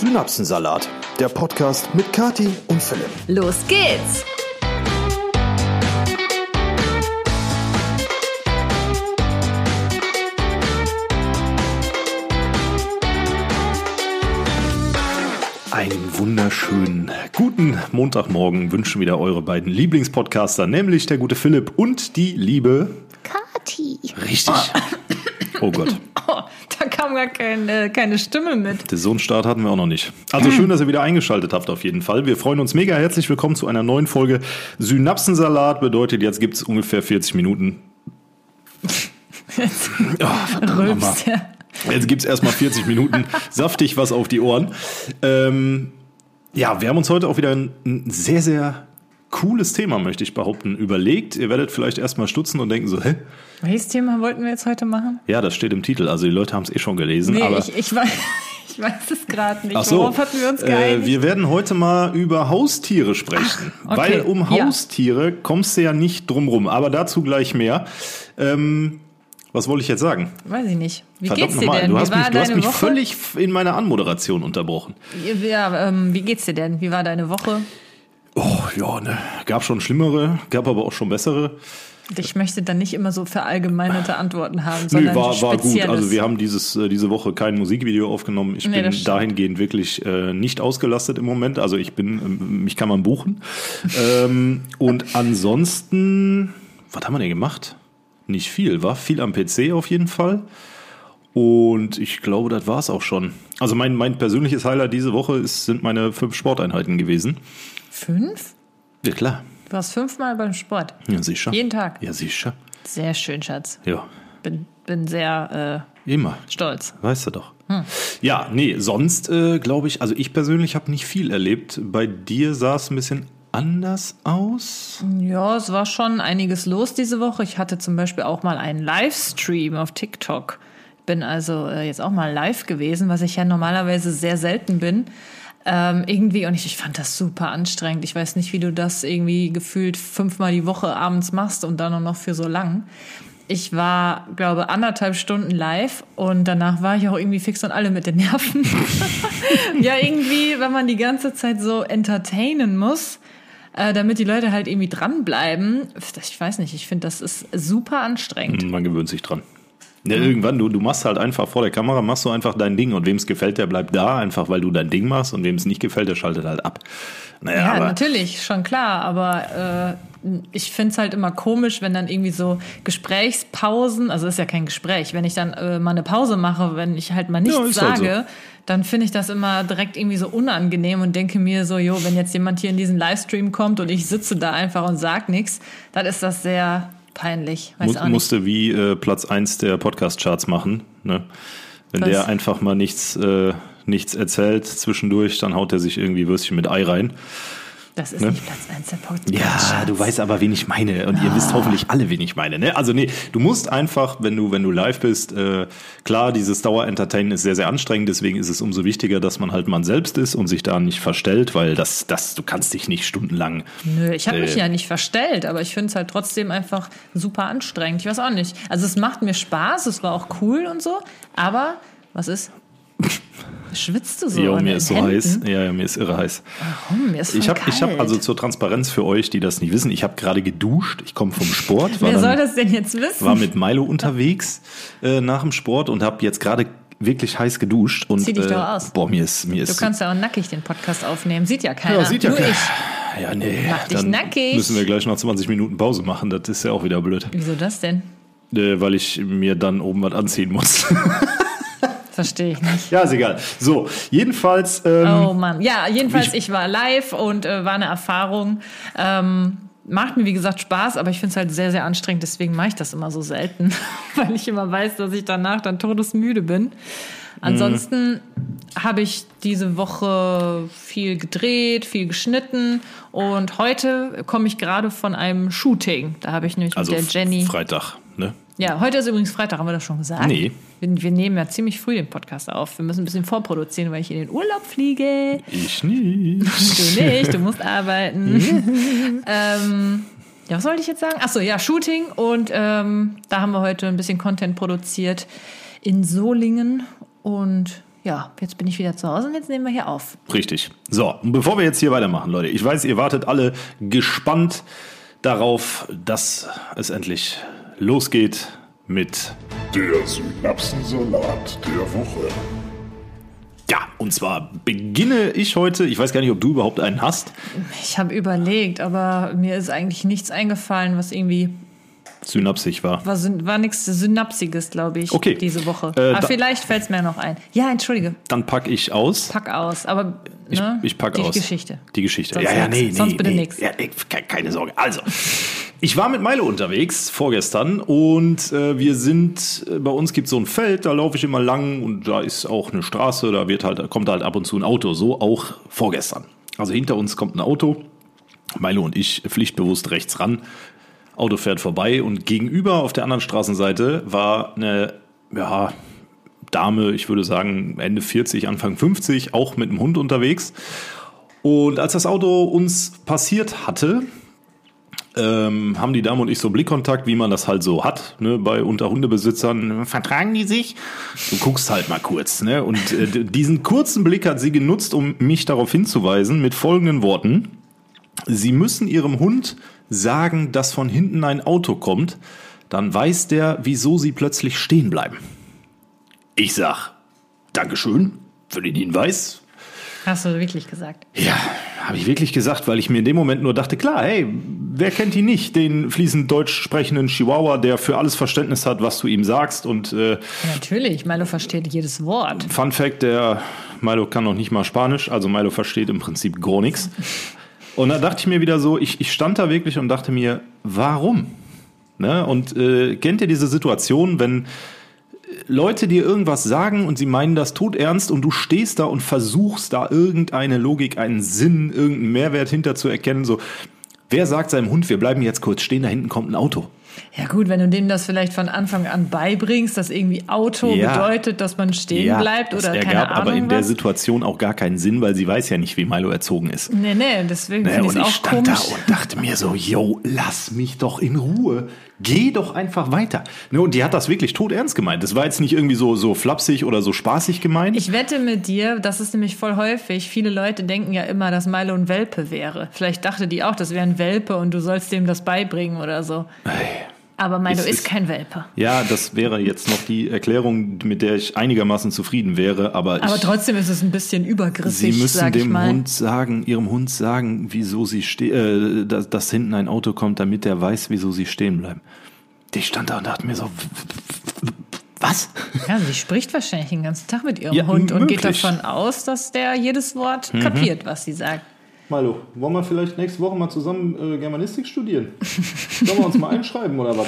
Synapsensalat, der Podcast mit Kati und Philipp. Los geht's! Einen wunderschönen guten Montagmorgen wünschen wieder eure beiden Lieblingspodcaster, nämlich der gute Philipp und die liebe Kati. Richtig. Oh Gott, Oh, da kam gar kein, äh, keine Stimme mit. so einen Start hatten wir auch noch nicht. Also schön, dass ihr wieder eingeschaltet habt auf jeden Fall. Wir freuen uns mega. Herzlich willkommen zu einer neuen Folge Synapsensalat. Bedeutet, jetzt gibt es ungefähr 40 Minuten. Oh, verdammt nochmal. Rülpst. ja. Jetzt gibt's erstmal 40 Minuten saftig was auf die Ohren. Ähm, ja, wir haben uns heute auch wieder ein, ein sehr, sehr cooles Thema, möchte ich behaupten, überlegt. Ihr werdet vielleicht erstmal stutzen und denken so, hä? Welches Thema wollten wir jetzt heute machen? Ja, das steht im Titel. Also die Leute haben es eh schon gelesen. Nee, aber ich, ich, weiß, ich weiß es gerade nicht. Ach so, Worauf hatten wir uns geeinigt? Äh, wir werden heute mal über Haustiere sprechen, okay. weil um Ja. Haustiere kommst du ja nicht drum rum. Aber dazu gleich mehr. Ähm, was wollte ich jetzt sagen? weiß ich nicht. Wie Verdammt geht's dir nochmal, denn? du wie hast war mich, du deine hast mich Woche? völlig in meiner Anmoderation unterbrochen. ja, ähm, wie geht's dir denn? Wie war deine Woche? Oh, ja, ne. Gab schon schlimmere, gab aber auch schon bessere. Ich möchte dann nicht immer so verallgemeinerte Antworten haben, Ah. Nö, sondern war, so war gut. Spezielles. Also wir haben dieses, äh, diese Woche kein Musikvideo aufgenommen. Ich Nee, das bin stimmt. dahingehend wirklich äh, nicht ausgelastet im Moment. Also ich bin, ähm, mich kann man buchen. ähm, und ansonsten, was haben wir denn gemacht? Nicht viel, war viel am PC auf jeden Fall. Und ich glaube, das war's auch schon. Also mein, mein persönliches Highlight diese Woche ist, sind meine fünf Sporteinheiten gewesen. Fünf? Ja klar, Du warst fünfmal beim Sport. ja sicher. Jeden Tag. Ja sicher, Sehr schön, Schatz. ja. Bin, bin sehr Immer. äh, stolz. Weißt du doch. Ja, nee, sonst äh, glaube ich, also ich persönlich habe nicht viel erlebt. Bei dir sah es ein bisschen anders aus. Ja, es war schon einiges los diese Woche. Ich hatte zum Beispiel auch mal einen Livestream auf TikTok. Bin also äh, jetzt auch mal live gewesen, was ich ja normalerweise sehr selten bin. Ähm, irgendwie, und ich, ich fand das super anstrengend. Ich weiß nicht, wie du das irgendwie gefühlt fünfmal die Woche abends machst und dann auch noch für so lang. Ich war, glaube, anderthalb Stunden live und danach war ich auch irgendwie fix und alle mit den Nerven. ja, irgendwie, wenn man die ganze Zeit so entertainen muss, äh, damit die Leute halt irgendwie dranbleiben. Ich weiß nicht, ich finde, das ist super anstrengend. Man gewöhnt sich dran. Ja, irgendwann, du, du machst halt einfach vor der Kamera, machst du einfach dein Ding und wem es gefällt, der bleibt da, einfach weil du dein Ding machst und wem es nicht gefällt, der schaltet halt ab. Naja, Ja, aber natürlich, schon klar, aber äh, ich finde es halt immer komisch, wenn dann irgendwie so Gesprächspausen, also ist ja kein Gespräch, wenn ich dann äh, mal eine Pause mache, wenn ich halt mal nichts Ja, ist halt sage, dann finde ich das immer direkt irgendwie so unangenehm und denke mir so, jo, wenn jetzt jemand hier in diesen Livestream kommt und ich sitze da einfach und sag nichts, dann ist das sehr peinlich. Weiß mu auch nicht. musste wie äh, Platz 1 der Podcast-Charts machen. Ne? Wenn Was? der einfach mal nichts, äh, nichts erzählt zwischendurch, dann haut er sich irgendwie Würstchen mit Ei rein. Das ist ne? nicht Platz eins der Podcast. Ja, du weißt aber, wen ich meine. Und ihr Ah. wisst hoffentlich alle, wen ich meine. Ne? Also nee, du musst einfach, wenn du, wenn du live bist, äh, klar, dieses Dauer-Entertainen ist sehr, sehr anstrengend. Deswegen ist es umso wichtiger, dass man halt man selbst ist und sich da nicht verstellt, weil das, das, du kannst dich nicht stundenlang. Nö, ich habe mich Äh. ja nicht verstellt, aber ich finde es halt trotzdem einfach super anstrengend. Ich weiß auch nicht. Also es macht mir Spaß, es war auch cool und so, aber was ist? Schwitzt du so? Jo, an mir den ist so Händen? heiß. Ja, ja, mir ist irre heiß. Hm, mir ist voll Ich habe, ich habe kalt. also zur Transparenz für euch, die das nicht wissen, ich habe gerade geduscht. Ich komme vom Sport. war Wer dann- soll das denn jetzt wissen? war mit Milo unterwegs äh, nach dem Sport und habe jetzt gerade wirklich heiß geduscht und Zieh dich äh, doch aus. boah mir ist mir du ist kannst ja auch nackig den Podcast aufnehmen. Sieht ja keiner. ja, sieht ja Nur keiner. ich. Ja, nee, Mach dich dann nackig. müssen wir gleich noch 20 Minuten Pause machen, das ist ja auch wieder blöd, Wieso das denn? äh, weil ich mir dann oben was anziehen muss. Verstehe ich nicht. ja, ist egal. So, jedenfalls ähm, Oh Mann. Ja, jedenfalls, Ich- ich, war live und äh, war eine Erfahrung. Ähm, macht mir, wie gesagt, Spaß, aber ich finde es halt sehr, sehr anstrengend. Deswegen mache ich das immer so selten, weil ich immer weiß, dass ich danach dann todesmüde bin. Ansonsten habe ich diese Woche viel gedreht, viel geschnitten und heute komme ich gerade von einem Shooting. Da habe ich nämlich also mit der Jenny. Freitag, ne? Ja, heute ist übrigens Freitag, haben wir das schon gesagt? Nee. Wir, wir nehmen ja ziemlich früh den Podcast auf. Wir müssen ein bisschen vorproduzieren, weil ich in den Urlaub fliege. Ich nicht. Du nicht, du musst arbeiten. Hm. ähm, ja, was wollte ich jetzt sagen? Achso, ja, Shooting. Und ähm, da haben wir heute ein bisschen Content produziert in Solingen. Und ja, jetzt bin ich wieder zu Hause und jetzt nehmen wir hier auf. Richtig. So, und bevor wir jetzt hier weitermachen, Leute, ich weiß, ihr wartet alle gespannt darauf, dass es endlich losgeht mit Der Synapsensalat der Woche. ja, und zwar beginne ich heute, ich weiß gar nicht, ob du überhaupt einen hast, Ich habe überlegt, aber mir ist eigentlich nichts eingefallen, was irgendwie synapsig war. war, syn- war nichts Synapsiges, glaube ich, Okay. diese Woche. Äh, aber da- vielleicht fällt es mir noch ein. Ja, entschuldige, Dann pack ich aus. pack aus. Aber Ich, ne, ich pack die aus. Geschichte. Die Geschichte. Sonst ja, ja, nix. nee, nee. Sonst bitte nee. nix. Ja, nee, ke- keine Sorge. Also, ich war mit Milo unterwegs vorgestern und äh, wir sind, äh, bei uns gibt es so ein Feld, da laufe ich immer lang und da ist auch eine Straße, da wird halt, kommt halt ab und zu ein Auto. So auch vorgestern. Also hinter uns kommt ein Auto. Milo und ich pflichtbewusst rechts ran. Auto fährt vorbei und gegenüber auf der anderen Straßenseite war eine, ja, Dame, ich würde sagen Ende 40, Anfang 50, auch mit einem Hund unterwegs. Und als das Auto uns passiert hatte, ähm, haben die Dame und ich so Blickkontakt, wie man das halt so hat, ne, bei unter Hundebesitzern. Vertragen die sich? Du guckst halt mal kurz, ne? Und äh, d- diesen kurzen Blick hat sie genutzt, um mich darauf hinzuweisen, mit folgenden Worten. Sie müssen Ihrem Hund sagen, dass von hinten ein Auto kommt, dann weiß der, wieso Sie plötzlich stehen bleiben. Ich sag, Dankeschön für den Hinweis, Hast du wirklich gesagt. ja, habe ich wirklich gesagt, weil ich mir in dem Moment nur dachte, klar, hey, wer kennt ihn nicht, den fließend deutsch sprechenden Chihuahua, der für alles Verständnis hat, was du ihm sagst. Und äh, Natürlich, Milo versteht jedes Wort. Fun Fact, der Milo kann noch nicht mal Spanisch, also Milo versteht im Prinzip gar nichts. Und da dachte ich mir wieder so, ich, ich stand da wirklich und dachte mir, warum? Ne? Und äh, kennt ihr diese Situation, wenn äh, Leute dir irgendwas sagen und sie meinen das todernst und du stehst da und versuchst da irgendeine Logik, einen Sinn, irgendeinen Mehrwert hinter zu erkennen, so wer sagt seinem Hund, wir bleiben jetzt kurz stehen, da hinten kommt ein Auto. Ja gut, wenn du dem das vielleicht von Anfang an beibringst, dass irgendwie Auto Ja. bedeutet, dass man stehen bleibt das oder ergab keine Ahnung aber in der was. Situation auch gar keinen Sinn, weil sie weiß ja nicht, wie Milo erzogen ist. Nee, nee, deswegen Ne, finde ich und es ich auch stand komisch. da und dachte mir so, yo, lass mich doch in Ruhe. Geh doch einfach weiter. Ne, und die hat das wirklich tot ernst gemeint. Das war jetzt nicht irgendwie so, so flapsig oder so spaßig gemeint. Ich wette mit dir, das ist nämlich voll häufig. Viele Leute denken ja immer, dass Milo ein Welpe wäre. Vielleicht dachte die auch, das wäre ein Welpe und du sollst dem das beibringen oder so. Aber Milo Es ist, ist- kein Welpe. ja, das wäre jetzt noch die Erklärung, mit der ich einigermaßen zufrieden wäre, aber, Aber ich, trotzdem ist es ein bisschen sie übergriffig, müssen sag ich dem mal. Hund sagen, ihrem Hund sagen, wieso sie stehen, äh, dass, dass hinten ein Auto kommt, damit der weiß, wieso sie stehen bleiben. Ich stand da und dachte mir so, w- w- w- was? Ja, sie spricht wahrscheinlich den ganzen Tag mit ihrem Ja, Hund und geht möglich. Mhm. davon aus, dass der jedes Wort kapiert, was sie sagt. Milo, wollen wir vielleicht nächste Woche mal zusammen äh, Germanistik studieren? Sollen wir uns mal einschreiben oder was?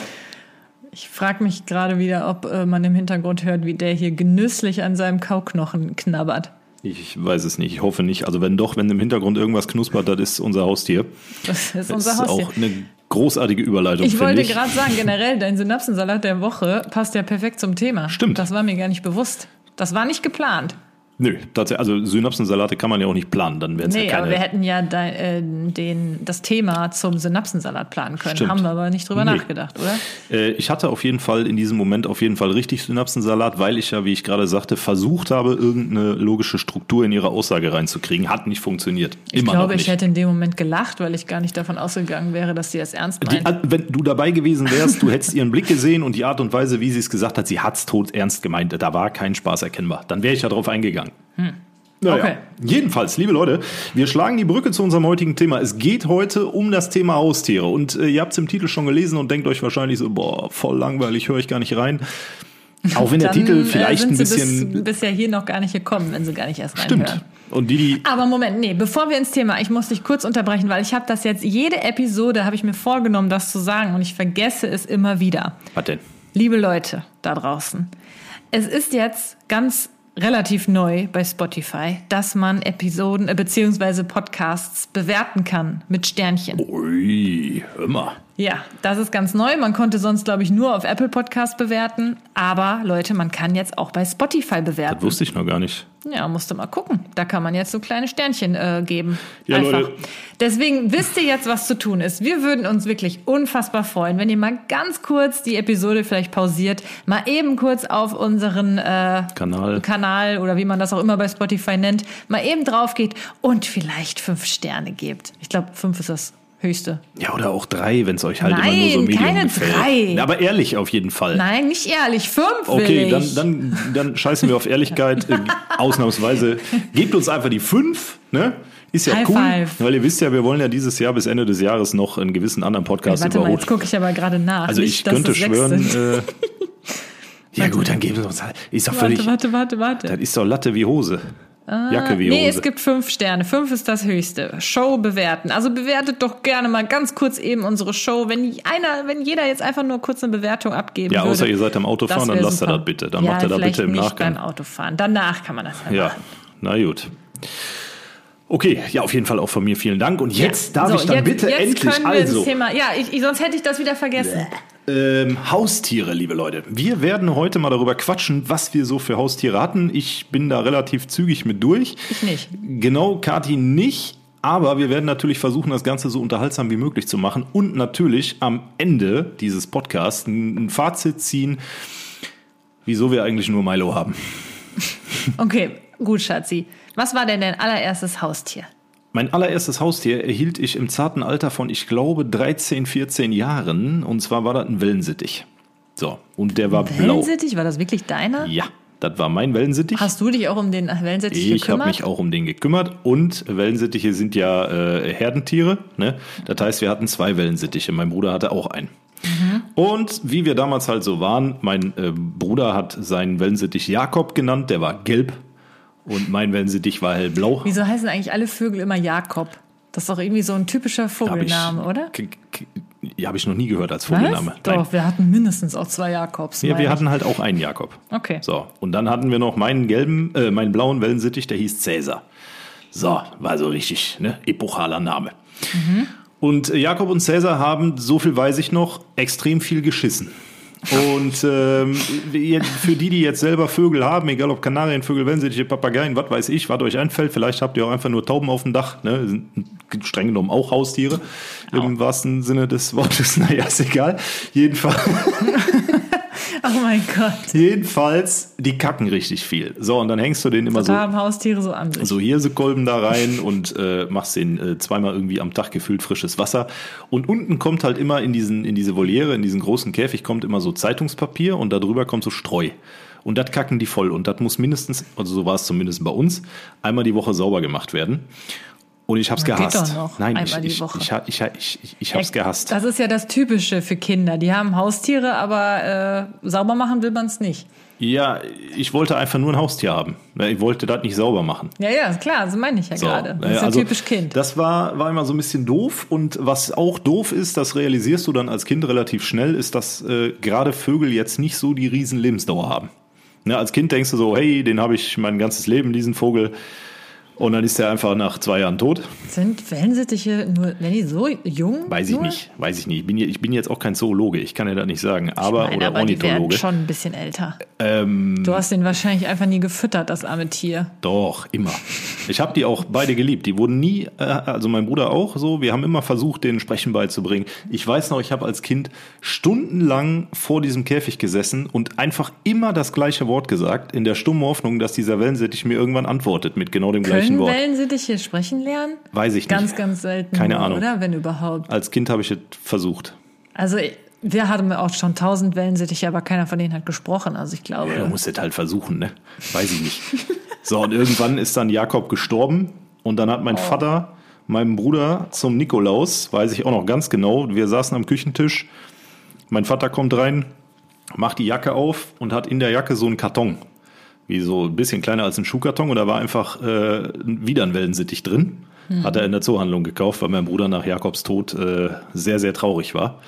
Ich frage mich gerade wieder, ob äh, man im Hintergrund hört, wie der hier genüsslich an seinem Kauknochen knabbert. Ich weiß es nicht, ich hoffe nicht. Also wenn doch, wenn im Hintergrund irgendwas knuspert, das ist unser Haustier. Das ist Das unser ist Haustier. auch eine großartige Überleitung, Ich finde wollte ich. gerade sagen, generell, dein Synapsensalat der Woche passt ja perfekt zum Thema. Stimmt. Das war mir gar nicht bewusst. Das war nicht geplant. Nö, tatsächlich, also Synapsensalate kann man ja auch nicht planen, dann wären es Nee, ja aber wir keine... hätten ja dein, äh, den, das Thema zum Synapsensalat planen können. Stimmt. Haben wir aber nicht drüber Nee. nachgedacht, oder? Äh, ich hatte auf jeden Fall in diesem Moment auf jeden Fall richtig Synapsensalat, weil ich ja, wie ich gerade sagte, versucht habe, irgendeine logische Struktur in ihre Aussage reinzukriegen. Hat nicht funktioniert. Ich Immer glaube, noch nicht. ich hätte in dem Moment gelacht, weil ich gar nicht davon ausgegangen wäre, dass sie das ernst Die, meint. Art- wenn du dabei gewesen wärst, du hättest ihren Blick gesehen und die Art und Weise, wie sie es gesagt hat, sie hat's tot ernst gemeint. Da war kein Spaß erkennbar. Dann wäre ich ja drauf eingegangen. Naja. Hm. Okay. Jedenfalls, liebe Leute, wir schlagen die Brücke zu unserem heutigen Thema. Es geht heute um das Thema Haustiere. Und äh, ihr habt es im Titel schon gelesen und denkt euch wahrscheinlich so, boah, voll langweilig, höre ich gar nicht rein. Auch wenn der Dann, Titel äh, vielleicht sind ein sie bisschen... Bis, bisher hier noch gar nicht gekommen, wenn sie gar nicht erst reinhören. stimmt. Und die, die... Aber Moment, nee, bevor wir ins Thema, ich muss dich kurz unterbrechen, weil ich habe das jetzt, jede Episode habe ich mir vorgenommen, das zu sagen und ich vergesse es immer wieder. Was denn? Liebe Leute da draußen, es ist jetzt ganz relativ neu bei Spotify, dass man Oh. Episoden äh, beziehungsweise Podcasts bewerten kann mit Sternchen. Ui, hör mal. Ja, das ist ganz neu. Man konnte sonst, glaube ich, nur auf Apple Podcast bewerten. Aber Leute, man kann jetzt auch bei Spotify Das bewerten. wusste ich noch gar nicht. Ja, musste mal gucken. Da kann man jetzt so kleine Sternchen äh, geben. Ja, Einfach. Leute. Deswegen wisst ihr jetzt, was zu tun ist. Wir würden uns wirklich unfassbar freuen, wenn ihr mal ganz kurz die Episode vielleicht pausiert, mal eben kurz auf unseren äh, Kanal. Kanal oder wie man das auch immer bei Spotify nennt, mal eben drauf geht und vielleicht fünf Sterne gebt. Ich glaube, fünf ist das höchste. Ja, oder auch drei, wenn es euch halt immer nur Nein, so medium keine gefällt. drei. Na, Aber ehrlich auf jeden Fall. Nein, nicht ehrlich, fünf will Okay, ich. dann, dann, dann scheißen wir auf Ehrlichkeit. äh, ausnahmsweise. Gebt uns einfach die fünf, ne? Ist ja High cool. five. Weil ihr wisst ja, wir wollen ja dieses Jahr bis Ende des Jahres noch einen gewissen anderen Podcast Warte mal, überholen. jetzt gucke ich aber gerade nach. also Nicht, ich dass könnte es sechs schwören. sind. Äh, ja gut, dann geben wir uns halt. Ist doch völlig. Warte, warte, warte, warte. Das ist doch Latte wie Hose. Jacke wie Nee, Hose. es gibt fünf Sterne. Fünf ist das höchste. Show bewerten. Also bewertet doch gerne mal ganz kurz eben unsere Show. Wenn einer, wenn jeder jetzt einfach nur kurz eine Bewertung abgeben ja, würde. außer ihr seid am das Autofahren, dann wär lasst er super. das bitte. Dann ja, macht er das vielleicht bitte im nicht Nachgang. beim Autofahren. Danach kann man das ja, Ja, machen. na gut. Okay, ja, auf jeden Fall auch von mir vielen Dank. Und jetzt darf so, ich dann jetzt, bitte jetzt endlich können wir also ins Thema. Ja, ich, ich, sonst hätte ich das wieder vergessen. ähm, Haustiere, liebe Leute. Wir werden heute mal darüber quatschen, was wir so für Haustiere hatten. Ich bin da relativ zügig mit durch. Ich nicht. Genau, Kati nicht. Aber wir werden natürlich versuchen, das Ganze so unterhaltsam wie möglich zu machen und natürlich am Ende dieses Podcasts ein ein Fazit ziehen, wieso wir eigentlich nur Milo haben. Okay, gut, Schatzi. Was war denn dein allererstes Haustier? Mein allererstes Haustier erhielt ich im zarten Alter von, ich glaube, 13, 14 Jahren. Und zwar war das ein Wellensittich. So, und der war blau. Wellensittich? War das wirklich deiner? Ja, das war mein Wellensittich. Hast du dich auch um den Wellensittich ich habe gekümmert? mich auch um den gekümmert. Und Wellensittiche sind ja äh, Herdentiere. Ne? Das heißt, wir hatten zwei Wellensittiche. Mein Bruder hatte auch einen. Mhm. Und wie wir damals halt so waren, mein äh, Bruder hat seinen Wellensittich Jakob genannt. Der war gelb. Und mein Wellensittich war hellblau. Wieso heißen eigentlich alle Vögel immer Jakob? Das ist doch irgendwie so ein typischer Hab ich- Vogelname, oder? K- k- Ja, habe ich noch nie gehört als Was? Vogelname. Nein. Doch, wir hatten mindestens auch zwei Jakobs. Ja, meine wir ich. hatten halt auch einen Jakob. Okay. So, und dann hatten wir noch meinen gelben, äh, meinen blauen Wellensittich, der hieß Cäsar. So, war so richtig, ne? Epochaler Name. Mhm. Und äh, Jakob und Cäsar haben, so viel weiß ich noch, extrem viel geschissen. Und ähm, jetzt- für die, die jetzt selber Vögel haben, egal ob Kanarienvögel, Wellensittiche, Papageien, was weiß ich, was euch einfällt, vielleicht habt ihr auch einfach nur Tauben auf dem Dach, ne? sind streng genommen auch Haustiere, im wahrsten Sinne des Wortes, naja, ist egal. Jedenfalls. Oh mein Gott. Jedenfalls, die kacken richtig viel. So, und dann hängst du den immer Da so, haben Haustiere so an sich. so Hirsekolben da rein und äh, machst den äh, zweimal irgendwie am Tag gefüllt frisches Wasser. Und unten kommt halt immer in, diesen, in diese Voliere, in diesen großen Käfig, kommt immer so Zeitungspapier und darüber kommt so Streu. Und das kacken die voll. Und das muss mindestens, also so war es zumindest bei uns, einmal die Woche sauber gemacht werden. Und ich hab's geht gehasst. doch noch, Nein, einmal die ich, ich, Woche. ich, ich, ich, ich, ich hab's gehasst. Das ist ja das Typische für Kinder. Die haben Haustiere, aber äh, sauber machen will man es nicht. Ja, ich wollte einfach nur ein Haustier haben. Ich wollte das nicht sauber machen. Ja, ja, ist klar, das meine ich ja gerade. Das naja, ist ja also typisch Kind. Das war, war immer so ein bisschen doof. Und was auch doof ist, das realisierst du dann als Kind relativ schnell, ist, dass äh, gerade Vögel jetzt nicht so die riesen Lebensdauer haben. Ne, als Kind denkst du so, hey, den habe ich mein ganzes Leben, diesen Vogel. Und dann ist der einfach nach zwei Jahren tot. Sind Wellensittiche nur, wenn die so jung Weiß ich nur? nicht, weiß ich nicht. Ich bin, je- ich bin jetzt auch kein Zoologe, ich kann ja das nicht sagen. Aber, Nein, oder aber die werden Ornithologe. Ähm. schon ein bisschen älter. du hast den wahrscheinlich einfach nie gefüttert, das arme Tier. Doch, immer. Ich habe die auch beide geliebt. Die wurden nie, äh, also mein Bruder auch so, wir haben immer versucht, denen Sprechen beizubringen. Ich weiß noch, ich habe als Kind stundenlang vor diesem Käfig gesessen und einfach immer das gleiche Wort gesagt, in der stummen Hoffnung, dass dieser Wellensittich mir irgendwann antwortet mit genau dem gleichen Können Wort. Wellensittiche sprechen lernen? Weiß ich Ganz, nicht. ganz selten. Keine nur, Ahnung. Oder wenn überhaupt. Als Kind habe ich es versucht. Also ich- wir hatten auch schon tausend Wellensittiche, aber keiner von denen hat gesprochen. Also ich glaube, Ja, du musst es halt versuchen, ne? Weiß ich nicht. So, und irgendwann ist dann Jakob gestorben und dann hat mein Vater meinem Bruder zum Nikolaus, weiß ich auch noch ganz genau, wir saßen am Küchentisch, mein Vater kommt rein, macht die Jacke auf und hat in der Jacke so einen Karton. Wie so ein bisschen kleiner als ein Schuhkarton und da war einfach äh, wieder ein Wellensittich drin. Hat er in der Zoohandlung gekauft, weil mein Bruder nach Jakobs Tod äh, sehr, sehr traurig war.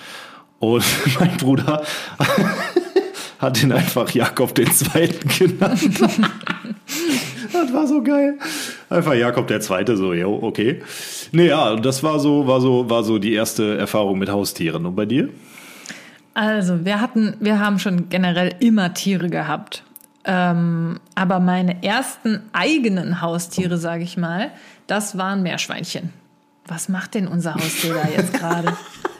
Und mein Bruder hat ihn einfach Jakob den Zweiten genannt. das war so geil. Einfach Jakob der Zweite, so, jo, okay. Naja, das war so, war so, war so die erste Erfahrung mit Haustieren. Und bei dir? Also, wir hatten, wir haben schon generell immer Tiere gehabt. Ähm, aber meine ersten eigenen Haustiere, sage ich mal, das waren Meerschweinchen. Was macht denn unser Haustier da jetzt gerade?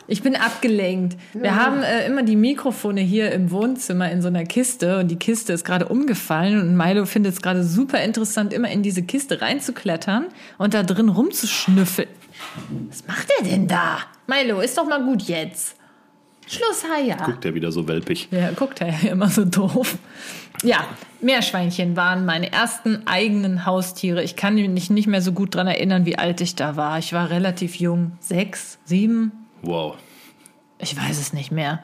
Ich bin abgelenkt. Wir haben äh, immer die Mikrofone hier im Wohnzimmer in so einer Kiste und die Kiste ist gerade umgefallen und Milo findet es gerade super interessant, immer in diese Kiste reinzuklettern und da drin rumzuschnüffeln. Was macht er denn da? Milo, ist doch mal gut jetzt. Schluss, Haya. Guckt er wieder so welpig. Ja, guckt er ja immer so doof. Ja, Meerschweinchen waren meine ersten eigenen Haustiere. Ich kann mich nicht mehr so gut dran erinnern, wie alt ich da war. Ich war relativ jung. Sechs, sieben, Wow. ich weiß es nicht mehr.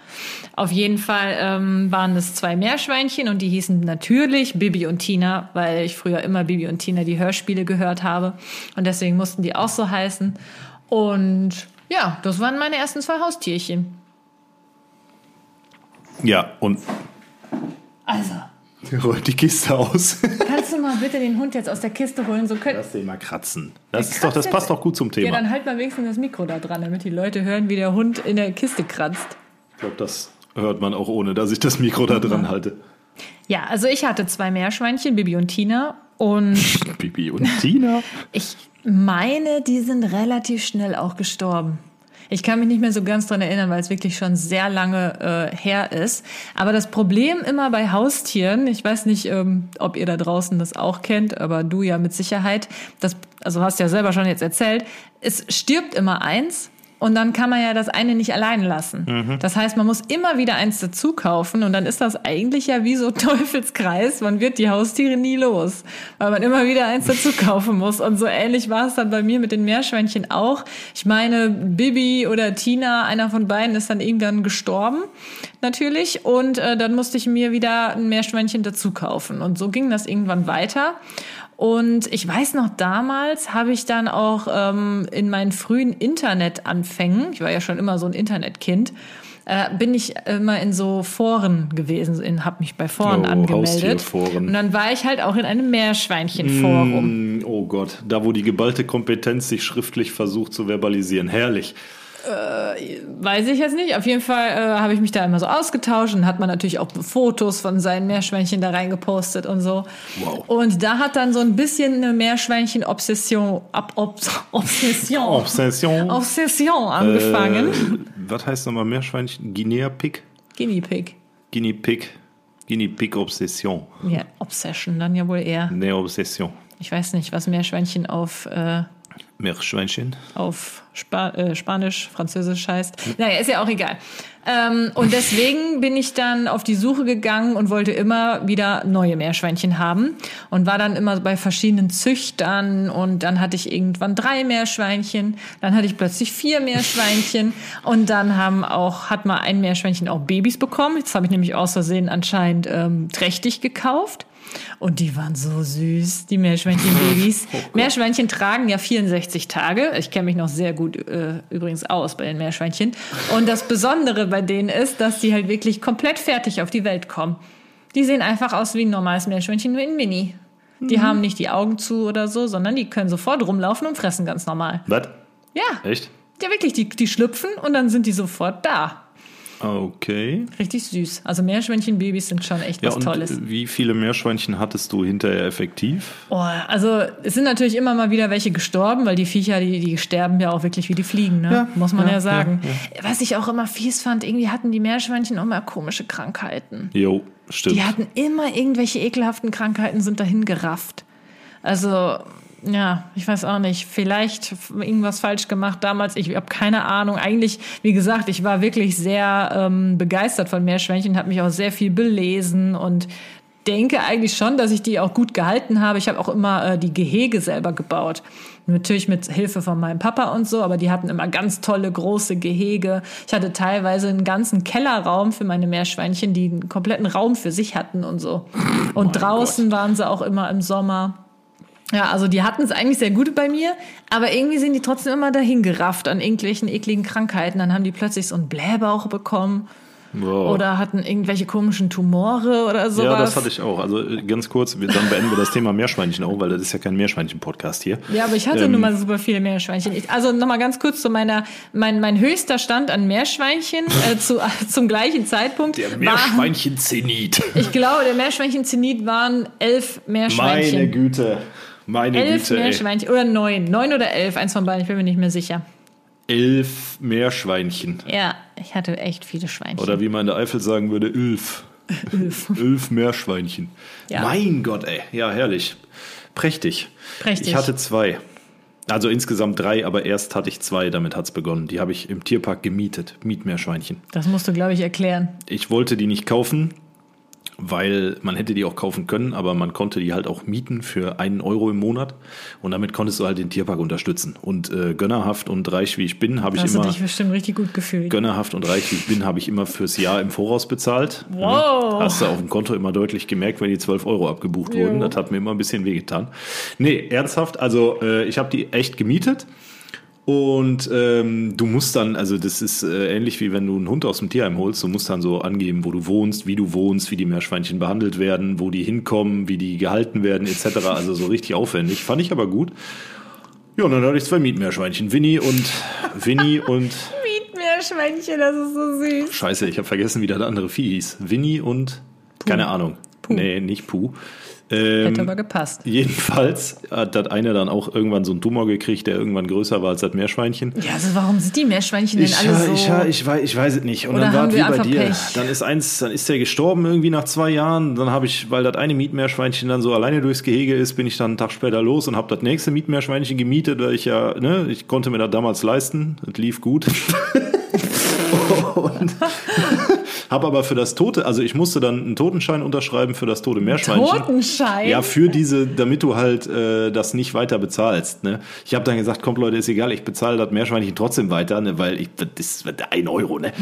Auf jeden Fall ähm, waren es zwei Meerschweinchen und die hießen natürlich Bibi und Tina, weil ich früher immer Bibi und Tina die Hörspiele gehört habe. Und deswegen mussten die auch so heißen. Und ja, das waren meine ersten zwei Haustierchen. Ja, und Also, rollt die Kiste aus. kannst du mal bitte den Hund jetzt aus der Kiste holen? So können, Lass den mal kratzen. Das, Der ist doch, das kratzt passt jetzt. doch gut zum Ja, Thema. dann halt mal wenigstens das Mikro da dran, damit die Leute hören, wie der Hund in der Kiste kratzt. ich glaube, das hört man auch ohne, dass ich das Mikro da dran halte. Ja, also ich hatte zwei Meerschweinchen, Bibi und Tina. Und Bibi und Tina. ich meine, die sind relativ schnell auch gestorben. Ich kann mich nicht mehr so ganz dran erinnern, weil es wirklich schon sehr lange äh, her ist. Aber das Problem immer bei Haustieren, ich weiß nicht, ähm, ob ihr da draußen das auch kennt, aber du ja mit Sicherheit, das, also hast ja selber schon jetzt erzählt, es stirbt immer eins und dann kann man ja das eine nicht allein lassen. Das heißt, man muss immer wieder eins dazu kaufen und dann ist das eigentlich ja wie so Teufelskreis. Man wird die Haustiere nie los, weil man immer wieder eins dazu kaufen muss. Und so ähnlich war es dann bei mir mit den Meerschweinchen auch. Ich meine, Bibi oder Tina, einer von beiden, ist dann irgendwann gestorben, natürlich. Und äh, dann musste ich mir wieder ein Meerschweinchen dazu kaufen. Und so ging das irgendwann weiter. Und ich weiß noch, damals habe ich dann auch ähm, in meinen frühen Internetanfängen, ich war ja schon immer so ein Internetkind, äh, bin ich immer in so Foren gewesen, in, habe mich bei Foren Oh, angemeldet. Haustierforen. Und dann war ich halt auch in einem Meerschweinchenforum. Mm, Oh Gott, da wo die geballte Kompetenz sich schriftlich versucht zu verbalisieren. Herrlich. Weiß ich jetzt nicht. Auf jeden Fall äh, habe ich mich da immer so ausgetauscht und hat man natürlich auch Fotos von seinen Meerschweinchen da reingepostet und so. Wow. Und da hat dann so ein bisschen eine Meerschweinchen-Obsession, ab, obs, Obsession, Obsession. Obsession angefangen. Äh, was heißt nochmal Meerschweinchen? Guinea-Pig? Guinea Pig. Guinea-Pig. Guinea-Pig-Obsession. Ja, Obsession dann ja wohl eher. Ne, Obsession. Ich weiß nicht, was Meerschweinchen auf, äh, Meerschweinchen. auf Spa äh, Spanisch, Französisch heißt. Naja, ist ja auch egal. Ähm, und deswegen bin ich dann auf die Suche gegangen und wollte immer wieder neue Meerschweinchen haben und war dann immer bei verschiedenen Züchtern und dann hatte ich irgendwann drei Meerschweinchen, dann hatte ich plötzlich vier Meerschweinchen und dann haben auch, hat mal ein Meerschweinchen auch Babys bekommen. Jetzt habe ich nämlich aus Versehen anscheinend ähm, trächtig gekauft. Und die waren so süß, die Meerschweinchen-Babys. Oh Meerschweinchen tragen ja 64 Tage. Ich kenne mich noch sehr gut äh, übrigens aus bei den Meerschweinchen. Und das Besondere bei denen ist, dass die halt wirklich komplett fertig auf die Welt kommen. Die sehen einfach aus wie ein normales Meerschweinchen, nur in Mini. Mhm. Die haben nicht die Augen zu oder so, sondern die können sofort rumlaufen und fressen ganz normal. Was? Ja, Echt? ja wirklich, die, die schlüpfen und dann sind die sofort da. Ah, Okay. Richtig süß. Also Meerschweinchen-Babys sind schon echt Ja, was und Tolles. äh, wie viele Meerschweinchen hattest du hinterher effektiv? Oh, also es sind natürlich immer mal wieder welche gestorben, weil die Viecher, die, die sterben ja auch wirklich wie die Fliegen, ne? Ja, muss man ja, ja, sagen. Was ich auch immer fies fand, irgendwie hatten die Meerschweinchen immer komische Krankheiten. Jo, stimmt. Die hatten immer irgendwelche ekelhaften Krankheiten, sind dahin gerafft. Also ja, ich weiß auch nicht. Vielleicht irgendwas falsch gemacht damals. Ich habe keine Ahnung. Eigentlich, wie gesagt, ich war wirklich sehr ähm, begeistert von Meerschweinchen, habe mich auch sehr viel belesen und denke eigentlich schon, dass ich die auch gut gehalten habe. Ich habe auch immer äh, die Gehege selber gebaut. Natürlich mit Hilfe von meinem Papa und so, aber die hatten immer ganz tolle große Gehege. Ich hatte teilweise einen ganzen Kellerraum für meine Meerschweinchen, die einen kompletten Raum für sich hatten und so. Und draußen waren sie auch immer im Sommer. Ja, also die hatten es eigentlich sehr gut bei mir, aber irgendwie sind die trotzdem immer dahin gerafft an irgendwelchen ekligen Krankheiten. Dann haben die plötzlich so einen Blähbauch bekommen. Wow. oder hatten irgendwelche komischen Tumore oder sowas. Oh. Ja, das hatte ich auch. Also äh, ganz kurz, wir- dann beenden wir das Thema Meerschweinchen auch, weil das ist ja kein Meerschweinchen-Podcast hier. Ja, aber ich hatte Ähm. nun mal super viele Meerschweinchen. Ich, also nochmal ganz kurz zu meiner, mein, mein höchster Stand an Meerschweinchen äh, zu, zum gleichen Zeitpunkt war, Meerschweinchen-Zenit. ich glaube, der Meerschweinchen-Zenit waren elf Meerschweinchen. Meine Güte. Meine elf Güte. Ey. Meerschweinchen oder neun. Neun oder elf, eins von beiden, ich bin mir nicht mehr sicher. Elf Meerschweinchen. Ja, ich hatte echt viele Schweinchen. Oder wie man in der Eifel sagen würde, Ulf. Ulf Meerschweinchen. Ja. Mein Gott, ey. Ja, herrlich. Prächtig. Prächtig. Ich hatte zwei. Also insgesamt drei, aber erst hatte ich zwei, damit hat's begonnen. Die habe ich im Tierpark gemietet. Mietmeerschweinchen. das musst du, glaube ich, erklären. Ich wollte die nicht kaufen, weil man hätte die auch kaufen können, aber man konnte die halt auch mieten für einen Euro im Monat. Und damit konntest du halt den Tierpark unterstützen. Und äh, gönnerhaft und reich wie ich bin, habe ich Da hast du immer dich bestimmt richtig gut gefühlt. gönnerhaft und reich wie ich bin, habe ich immer fürs Jahr im Voraus bezahlt. Wow. Ne? Hast du auf dem Konto immer deutlich gemerkt, wenn die 12 Euro abgebucht Jo. wurden. Das hat mir immer ein bisschen wehgetan. Nee, ernsthaft, also äh, ich habe die echt gemietet. Und ähm, du musst dann, also das ist äh, ähnlich wie wenn du einen Hund aus dem Tierheim holst, du musst dann so angeben, wo du wohnst, wie du wohnst, wie die Meerschweinchen behandelt werden, wo die hinkommen, wie die gehalten werden, etc. Also so richtig aufwendig. Fand ich aber gut. Ja, und dann hatte ich zwei Mietmeerschweinchen, Winnie und Winnie und Mietmeerschweinchen, das ist so süß. Scheiße, ich habe vergessen, wie das andere Vieh hieß. Winnie und keine Ahnung. Nee, nicht Puh. Hätte Ähm, aber gepasst. jedenfalls hat das eine dann auch irgendwann so einen Tumor gekriegt, der irgendwann größer war als das Meerschweinchen. Ja, also warum sind die Meerschweinchen denn alle so? weiß, ich weiß es nicht. Und Oder haben wir einfach Pech? Dann ist eins, dann ist der gestorben irgendwie nach zwei Jahren. Dann habe ich, weil das eine Mietmeerschweinchen dann so alleine durchs Gehege ist, bin ich dann einen Tag später los und habe das nächste Mietmeerschweinchen gemietet, weil ich ja, ne, ich konnte mir das damals leisten. Es lief gut. und habe aber für das tote, also ich musste dann einen Totenschein unterschreiben für das tote Meerschweinchen. Totenschein? Ja, für diese, damit du halt äh, das nicht weiter bezahlst. Ne? Ich habe dann gesagt, kommt Leute, ist egal, ich bezahle das Meerschweinchen trotzdem weiter, ne? weil ich, das ist ein Euro, ne?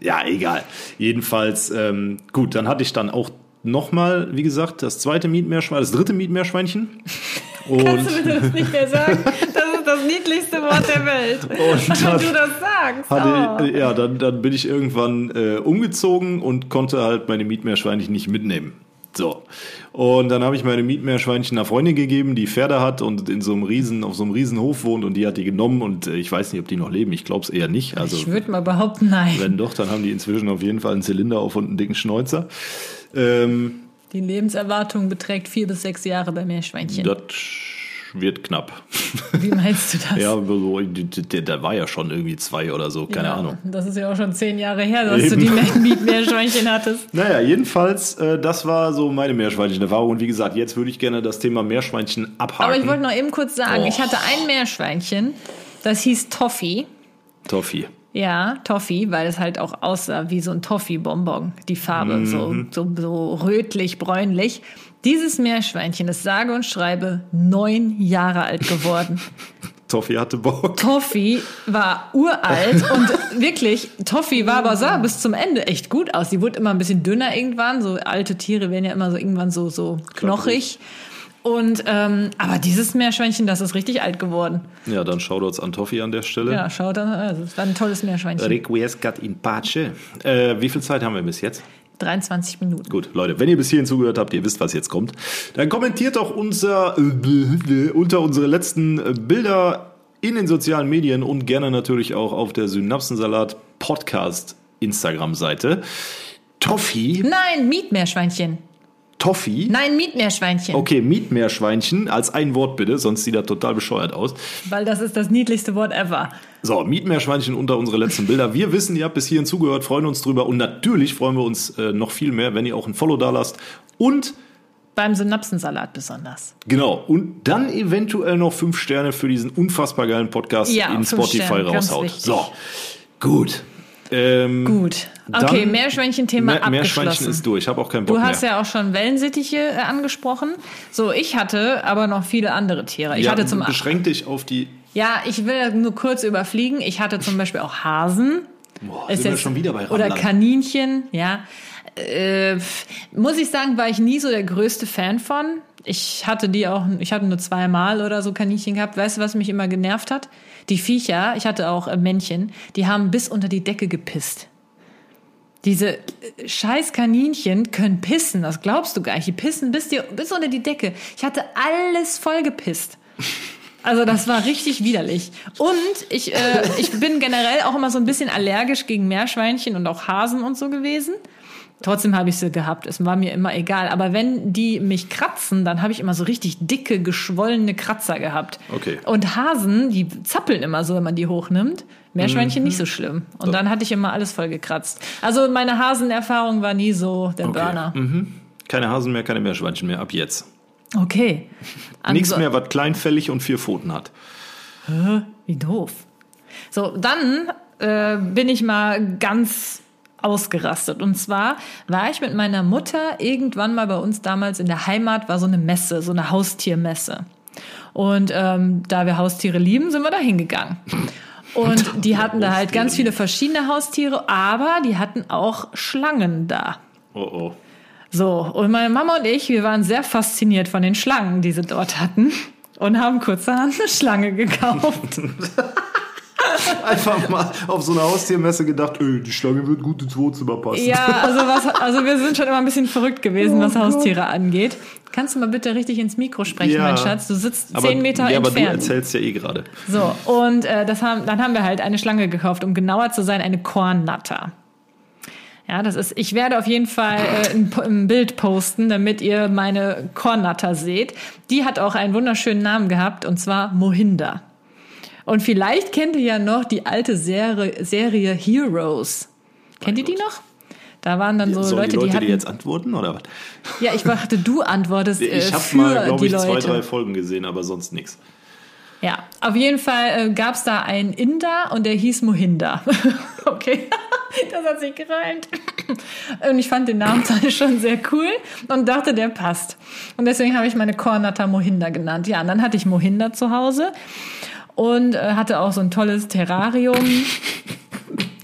ja, egal. Jedenfalls, ähm, gut, dann hatte ich dann auch nochmal, wie gesagt, das zweite Mietmeerschweinchen, das dritte Mietmeerschweinchen. Und, Kannst du bitte das nicht mehr sagen? Das ist das niedlichste Wort der Welt. Wenn das- du das sagst. Hatte, Oh. äh, Ja, dann, dann bin ich irgendwann äh, umgezogen und konnte halt meine Mietmeerschweinchen nicht mitnehmen. So. Und dann habe ich meine Mietmeerschweinchen einer Freundin gegeben, die Pferde hat und in so einem riesen, auf so einem riesen Hof wohnt und die hat die genommen und äh, ich weiß nicht, ob die noch leben. Ich glaube es eher nicht. Also Ich würde mal behaupten, nein. wenn doch, dann haben die inzwischen auf jeden Fall einen Zylinder auf und einen dicken Schnäuzer. Ähm, Die Lebenserwartung beträgt vier bis sechs Jahre bei Meerschweinchen. das wird knapp. Wie meinst du das? Ja, so, der, der war ja schon irgendwie zwei oder so, keine Ja, Ahnung. Das ist ja auch schon zehn Jahre her, dass du Eben. die Me- Mietmeerschweinchen hattest. Naja, jedenfalls, äh, das war so meine Meerschweinchen-Erfahrung. Und wie gesagt, jetzt würde ich gerne das Thema Meerschweinchen abhaken. Aber ich wollte noch eben kurz sagen, ich Och. hatte ein Meerschweinchen, das hieß Toffee. Toffee. Ja, Toffee, weil es halt auch aussah wie so ein Toffee-Bonbon, die Farbe, so, so, so rötlich-bräunlich. Dieses Meerschweinchen ist sage und schreibe neun Jahre alt geworden. Toffee hatte Bock. Toffee war uralt und wirklich, Toffee war aber sah bis zum Ende echt gut aus. Die wurde immer ein bisschen dünner irgendwann. So alte Tiere werden ja immer so irgendwann so, so knochig. Und ähm, aber dieses Meerschweinchen, das ist richtig alt geworden. Ja, dann Shoutouts an Toffee an der Stelle. Ja, schaut dann, also, es war ein tolles Meerschweinchen. Requiescat in pace. Äh, wie viel Zeit haben wir bis jetzt? 23 Minuten. Gut, Leute, wenn ihr bis hierhin zugehört habt, ihr wisst, was jetzt kommt. Dann kommentiert doch unser, äh, unter unsere letzten äh, Bilder in den sozialen Medien und gerne natürlich auch auf der Synapsensalat Podcast Instagram-Seite. Toffee, Nein, Mietmeerschweinchen. Toffee. Nein, Mietmeerschweinchen. Okay, Mietmeerschweinchen als ein Wort bitte, sonst sieht das total bescheuert aus. Weil das ist das niedlichste Wort ever. So, Mietmeerschweinchen unter unsere letzten Bilder. Wir wissen, ihr habt bis hierhin zugehört, freuen uns drüber und natürlich freuen wir uns äh, noch viel mehr, wenn ihr auch ein Follow da lasst und Beim Synapsensalat besonders. genau und dann eventuell noch fünf Sterne für diesen unfassbar geilen Podcast Ja, in fünf Spotify Sterne, ganz raushaut. wichtig. So, gut. Ähm, Gut. Okay, Dann- Meerschweinchen-Thema Mehr, abgeschlossen. Meerschweinchen ist durch, ich habe auch keinen Bock Du hast mehr. ja auch schon Wellensittiche äh, angesprochen. So, ich hatte aber noch viele andere Tiere. Ich ja, hatte zum beschränk dich auf die. ja, ich will nur kurz überfliegen. Ich hatte zum Beispiel auch Hasen. Boah, sind wir schon wieder bei oder Rheinland. Kaninchen. Ja, äh, pf, muss ich sagen, war ich nie so der größte Fan von. Ich hatte die auch, ich hatte nur zweimal oder so Kaninchen gehabt. Weißt du, was mich immer genervt hat? Die Viecher, ich hatte auch äh, Männchen, die haben bis unter die Decke gepisst. Diese scheiß Kaninchen können pissen, das glaubst du gar nicht. Die pissen bis, dir, bis unter die Decke. Ich hatte alles voll gepisst. Also das war richtig widerlich. Und ich, äh, ich bin generell auch immer so ein bisschen allergisch gegen Meerschweinchen und auch Hasen und so gewesen. Trotzdem habe ich sie gehabt. Es war mir immer egal. Aber wenn die mich kratzen, dann habe ich immer so richtig dicke, geschwollene Kratzer gehabt. Okay. Und Hasen, die zappeln immer so, wenn man die hochnimmt. Meerschweinchen Mhm. nicht so schlimm. Und dann hatte ich immer alles voll gekratzt. Also meine Hasenerfahrung war nie so der Burner. Mhm. Keine Hasen mehr, keine Meerschweinchen mehr, ab jetzt. Okay. Also Nichts Anso- mehr, was kleinfällig und vier Pfoten hat. Wie doof. So, dann äh, bin ich mal ganz ausgerastet. Und zwar war ich mit meiner Mutter irgendwann mal bei uns damals in der Heimat, war so eine Messe, so eine Haustiermesse. Und ähm, da wir Haustiere lieben, sind wir da hingegangen. Und die hatten da halt ganz viele verschiedene Haustiere, aber die hatten auch Schlangen da. Oh oh. So, und meine Mama und ich, wir waren sehr fasziniert von den Schlangen, die sie dort hatten und haben kurzerhand eine Schlange gekauft. Einfach mal auf so einer Haustiermesse gedacht, öh, die Schlange wird gut ins Wohnzimmer passen. Ja, also, was, also wir sind schon immer ein bisschen verrückt Oh gewesen, was Haustiere angeht. Kannst du mal bitte richtig ins Mikro sprechen, Ja. mein Schatz? Du sitzt Aber, zehn Meter ja, aber du entfernt. erzählst ja eh gerade. so, und äh, das haben, dann haben wir halt eine Schlange gekauft, um genauer zu sein, eine Kornnatter. Ja, das ist, ich werde auf jeden Fall äh, ein, Po- ein Bild posten, damit ihr meine Kornnatter seht. Die hat auch einen wunderschönen Namen gehabt, und zwar Mohinder. Und vielleicht kennt ihr ja noch die alte Serie, Serie Heroes. Kennt ihr die noch? Da waren dann so Sollen Also Leute, die Leute die dir hatten. jetzt antworten oder was? ja, ich dachte, du antwortest äh, Ich habe für mal, glaube die ich, zwei, Leute. drei Folgen gesehen, aber sonst nichts. Ja, auf jeden Fall äh, gab's da einen Inder und der hieß Mohinder. okay, das hat sich gereimt. und ich fand den Namen zwar schon sehr cool und dachte, der passt. Und deswegen habe ich meine Kornata Mohinder genannt. Ja, und dann hatte ich Mohinder zu Hause und äh, hatte auch so ein tolles Terrarium.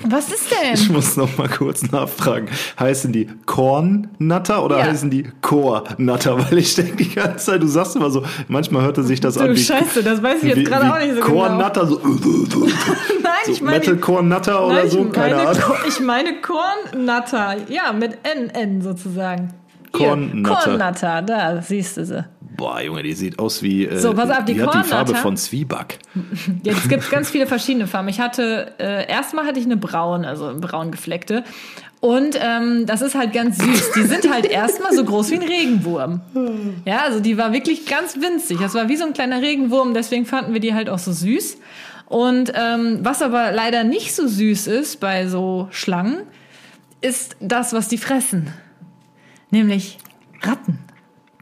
Was ist denn? Ich muss noch mal kurz nachfragen. Heißen die Kornnatter oder Ja. heißen die Chornatter? Weil ich denke die ganze Zeit, du sagst immer so, manchmal hörte sich das an Du wie, Scheiße, das weiß ich wie, jetzt gerade auch wie nicht so genau. Chornatter, so, Nein, ich so meine Metal Chornatter Nein, oder so, ich keine meine, Ahnung. Ko- Ich meine Kornnatter. Ja, mit NN sozusagen. Hier, Kornnatter. Kornnatter, da siehst du sie. Boah, Junge, die sieht aus wie, äh, So, pass auf, die hat die Kornnatter- Farbe von Zwieback. Jetzt gibt es ganz viele verschiedene Farben. Ich hatte, äh, erstmal hatte ich eine braune, also braun gefleckte. Und ähm, das ist halt ganz süß. Die sind halt erstmal so groß wie ein Regenwurm. Ja, also die war wirklich ganz winzig. Das war wie so ein kleiner Regenwurm, deswegen fanden wir die halt auch so süß. Und ähm, was aber leider nicht so süß ist bei so Schlangen, ist das, was die fressen. Nämlich Ratten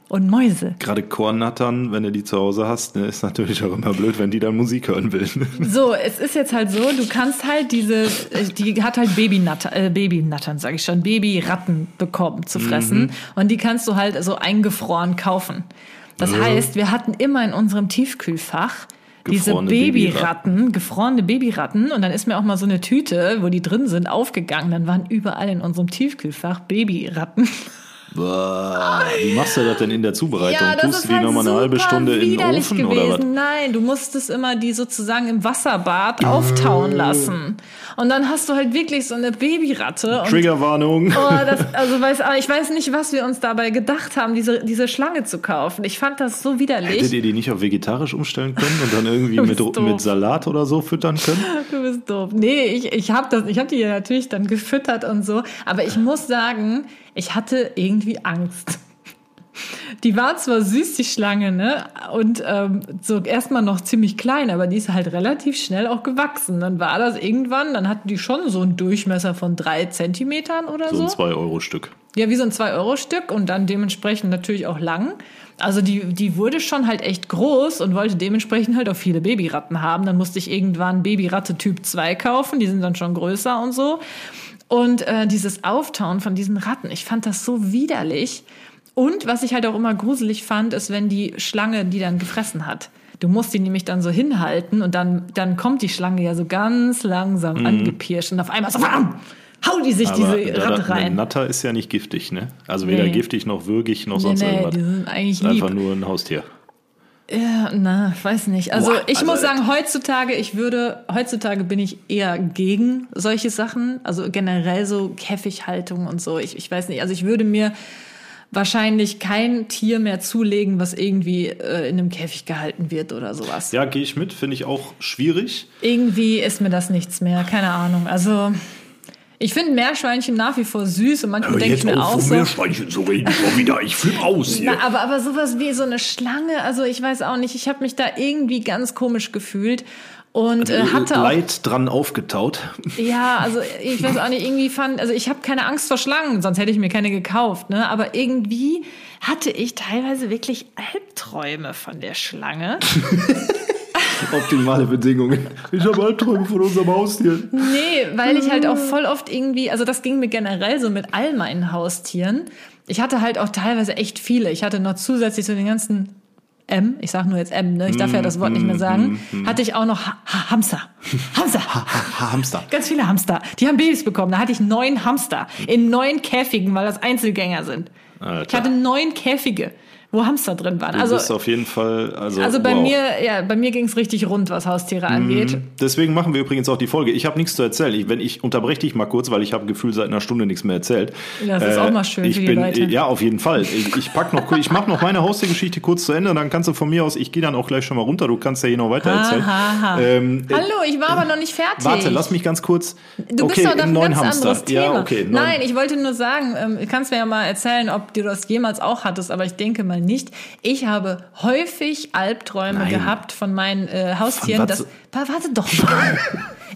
und Mäuse. Gerade Kornnattern, wenn du die zu Hause hast, ne, ist natürlich auch immer blöd, wenn die dann Musik hören will. So, es ist jetzt halt so, du kannst halt diese, äh, die hat halt Babynatter, äh, Babynattern, sage ich schon, Babyratten bekommen zu fressen. Und die kannst du halt so eingefroren kaufen. Das heißt, wir hatten immer in unserem Tiefkühlfach diese Gefrorene Babyratten, gefrorene Babyratten. Und dann ist mir auch mal so eine Tüte, wo die drin sind, aufgegangen. Dann waren überall in unserem Tiefkühlfach Babyratten. Boah, wie machst du das denn in der Zubereitung? Tust du die nochmal eine halbe halt super Stunde in den widerlich Ofen oder was? Nein, du musstest immer die sozusagen im Wasserbad auftauen lassen. Und dann hast du halt wirklich so eine Babyratte. Und Triggerwarnung. Oh, das, also weiß, ich weiß nicht, was wir uns dabei gedacht haben, diese, diese Schlange zu kaufen. Ich fand das so Hättet widerlich. ihr die nicht auf vegetarisch umstellen können und dann irgendwie Du bist mit, doof. mit Salat oder so füttern können? Du bist doof. Nee, ich, ich habe das, ich habe die ja natürlich dann gefüttert und so. Aber ich muss sagen, ich hatte irgendwie Angst. Die war zwar süß, die Schlange, ne? Und ähm, so erstmal noch ziemlich klein, aber die ist halt relativ schnell auch gewachsen. Dann war das irgendwann, dann hatten die schon so einen Durchmesser von drei Zentimetern oder So so. ein 2-Euro-Stück. Ja, wie so ein 2-Euro-Stück und dann dementsprechend natürlich auch lang. Also die, die wurde schon halt echt groß und wollte dementsprechend halt auch viele Babyratten haben. Dann musste ich irgendwann Babyratte Typ 2 kaufen, die sind dann schon größer und so. Und äh, dieses Auftauen von diesen Ratten, ich fand das so widerlich. Und was ich halt auch immer gruselig fand, ist, wenn die Schlange die dann gefressen hat. Du musst die nämlich dann so hinhalten und dann, dann kommt die Schlange ja so ganz langsam angepirscht und auf einmal so, "Wam!" hau die sich Mhm. Aber diese da, da, Ratte rein. eine Natter ist ja nicht giftig, ne? Also weder Nee. giftig noch würgig noch Nee, sonst nee, die irgendwas. sind eigentlich Einfach lieb. nur ein Haustier. Ja, na, ich weiß nicht. Also Boah, ich also- muss sagen, heutzutage, ich würde, heutzutage bin ich eher gegen solche Sachen. Also generell so Käfighaltung und so. Ich, ich weiß nicht. Also ich würde mir wahrscheinlich kein Tier mehr zulegen, was irgendwie äh, in einem Käfig gehalten wird oder sowas. Ja, gehe ich mit, finde ich auch schwierig. Irgendwie ist mir das nichts mehr. Keine Ahnung. Also ich finde Meerschweinchen nach wie vor süß und manchmal denke ich mir auch so. Meerschweinchen zu reden, schon wieder. Ich flippe aus Na, aber, aber sowas wie so eine Schlange, also ich weiß auch nicht, ich habe mich da irgendwie ganz komisch gefühlt und äh, hatte auch, Also, Leid dran aufgetaut. ja, also ich weiß auch nicht, irgendwie fand, also ich habe keine Angst vor Schlangen, sonst hätte ich mir keine gekauft, ne? Aber irgendwie hatte ich teilweise wirklich Albträume von der Schlange. Optimale Bedingungen. Ich habe Albträume von unserem Haustier. Nee, weil ich halt auch voll oft irgendwie, also das ging mir generell so mit all meinen Haustieren. Ich hatte halt auch teilweise echt viele. Ich hatte noch zusätzlich zu den ganzen M, ich sag nur jetzt M, ne? ich darf Hm, ja das Wort nicht mehr sagen, hatte ich auch noch ha ha Hamster. Hamster. Hamster. Ganz viele Hamster. Die haben Babys bekommen. Da hatte ich neun Hamster in neun Käfigen, weil das Einzelgänger sind. Alter. Ich hatte neun Käfige, wo Hamster drin waren. Du Also, bist auf jeden Fall. Also, also bei wow. Hm. mir, ja, bei mir ging's richtig rund, was Haustiere angeht. Deswegen machen wir übrigens auch die Folge. Ich habe nichts zu erzählen. Ich, wenn ich unterbreche dich mal kurz, weil ich habe Gefühl seit einer Stunde nichts mehr erzählt. Äh, Ja, das ist auch mal schön ich für die bin, Leute. Ja, auf jeden Fall. Ich, ich pack noch, ich mache noch meine Haustiergeschichte kurz zu Ende. Dann kannst du von mir aus. Ich gehe dann auch gleich schon mal runter. Du kannst ja hier noch weiter erzählen. Ha, ha, ha. Ähm, äh, Hallo, ich war aber noch nicht fertig. Warte, lass mich ganz kurz. Du okay, bist doch da im ein neuen ganz Hamster. anderes Thema. Ja, okay. neun- Nein, ich wollte nur sagen, ähm, du kannst mir ja mal erzählen, ob du das jemals auch hattest, aber ich denke mal nicht. Ich habe häufig Albträume Nein. gehabt von meinen äh, Haustieren. Von was- dass, Pa- warte doch mal.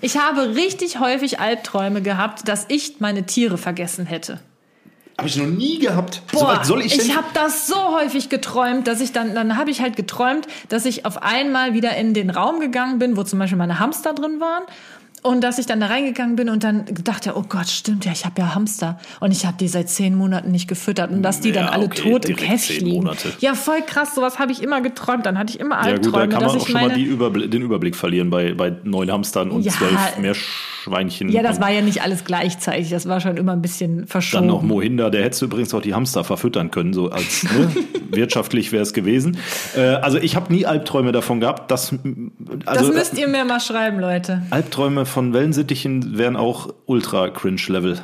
ich habe richtig häufig Albträume gehabt, dass ich meine Tiere vergessen hätte. Habe ich noch nie gehabt. So Boah, was soll ich denn? habe das so häufig geträumt, dass ich dann, dann habe ich halt geträumt, dass ich auf einmal wieder in den Raum gegangen bin, wo zum Beispiel meine Hamster drin waren. Und dass ich dann da reingegangen bin und dann dachte, oh Gott, stimmt ja, ich habe ja Hamster. Und ich habe die seit zehn Monaten nicht gefüttert. Und dass die dann Ja, alle okay, tot im direkt Käfig zehn liegen. Monate. Ja, voll krass, sowas habe ich immer geträumt. Dann hatte ich immer ja gut, Albträume, da kann man dass auch schon ich mal meine... die Überbl den Überblick verlieren bei, bei neun Hamstern und Ja. zwölf Meerschweinchen. ja, das und war ja nicht alles gleichzeitig. Das war schon immer ein bisschen verschoben. dann noch Mohinder, der hättest du übrigens auch die Hamster verfüttern können, so als ne? wirtschaftlich wäre es gewesen. Äh, also ich habe nie Albträume davon gehabt. Das, das also, müsst ihr mir mal schreiben, Leute. Albträume von Wellensittichen wären auch ultra cringe-Level.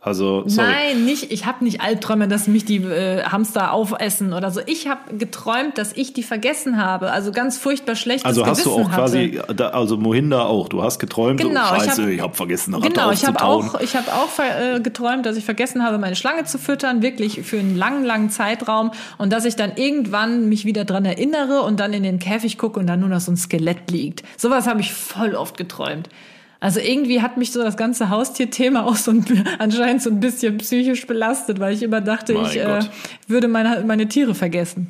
Also, sorry. Nein, nicht. Ich habe nicht Albträume, dass mich die äh, Hamster aufessen oder so. Ich habe geträumt, dass ich die vergessen habe. Also ganz furchtbar schlechtes Also hast du Gewissen auch quasi, hatte. da, also Mohinder auch, du hast geträumt, Genau, oh, ich scheiße, hab- ich habe hab vergessen, Ratte Genau, ich habe aufzutauen. auch, ich hab auch ver- äh, geträumt, dass ich vergessen habe, meine Schlange zu füttern, wirklich für einen langen, langen Zeitraum und dass ich dann irgendwann mich wieder dran erinnere und dann in den Käfig gucke und dann nur noch so ein Skelett liegt. Sowas habe ich voll oft geträumt. Also irgendwie hat mich so das ganze Haustierthema auch so ein, bi- anscheinend so ein bisschen psychisch belastet, weil ich immer dachte, Mein ich äh, Gott. Mhm. würde meine, meine Tiere vergessen.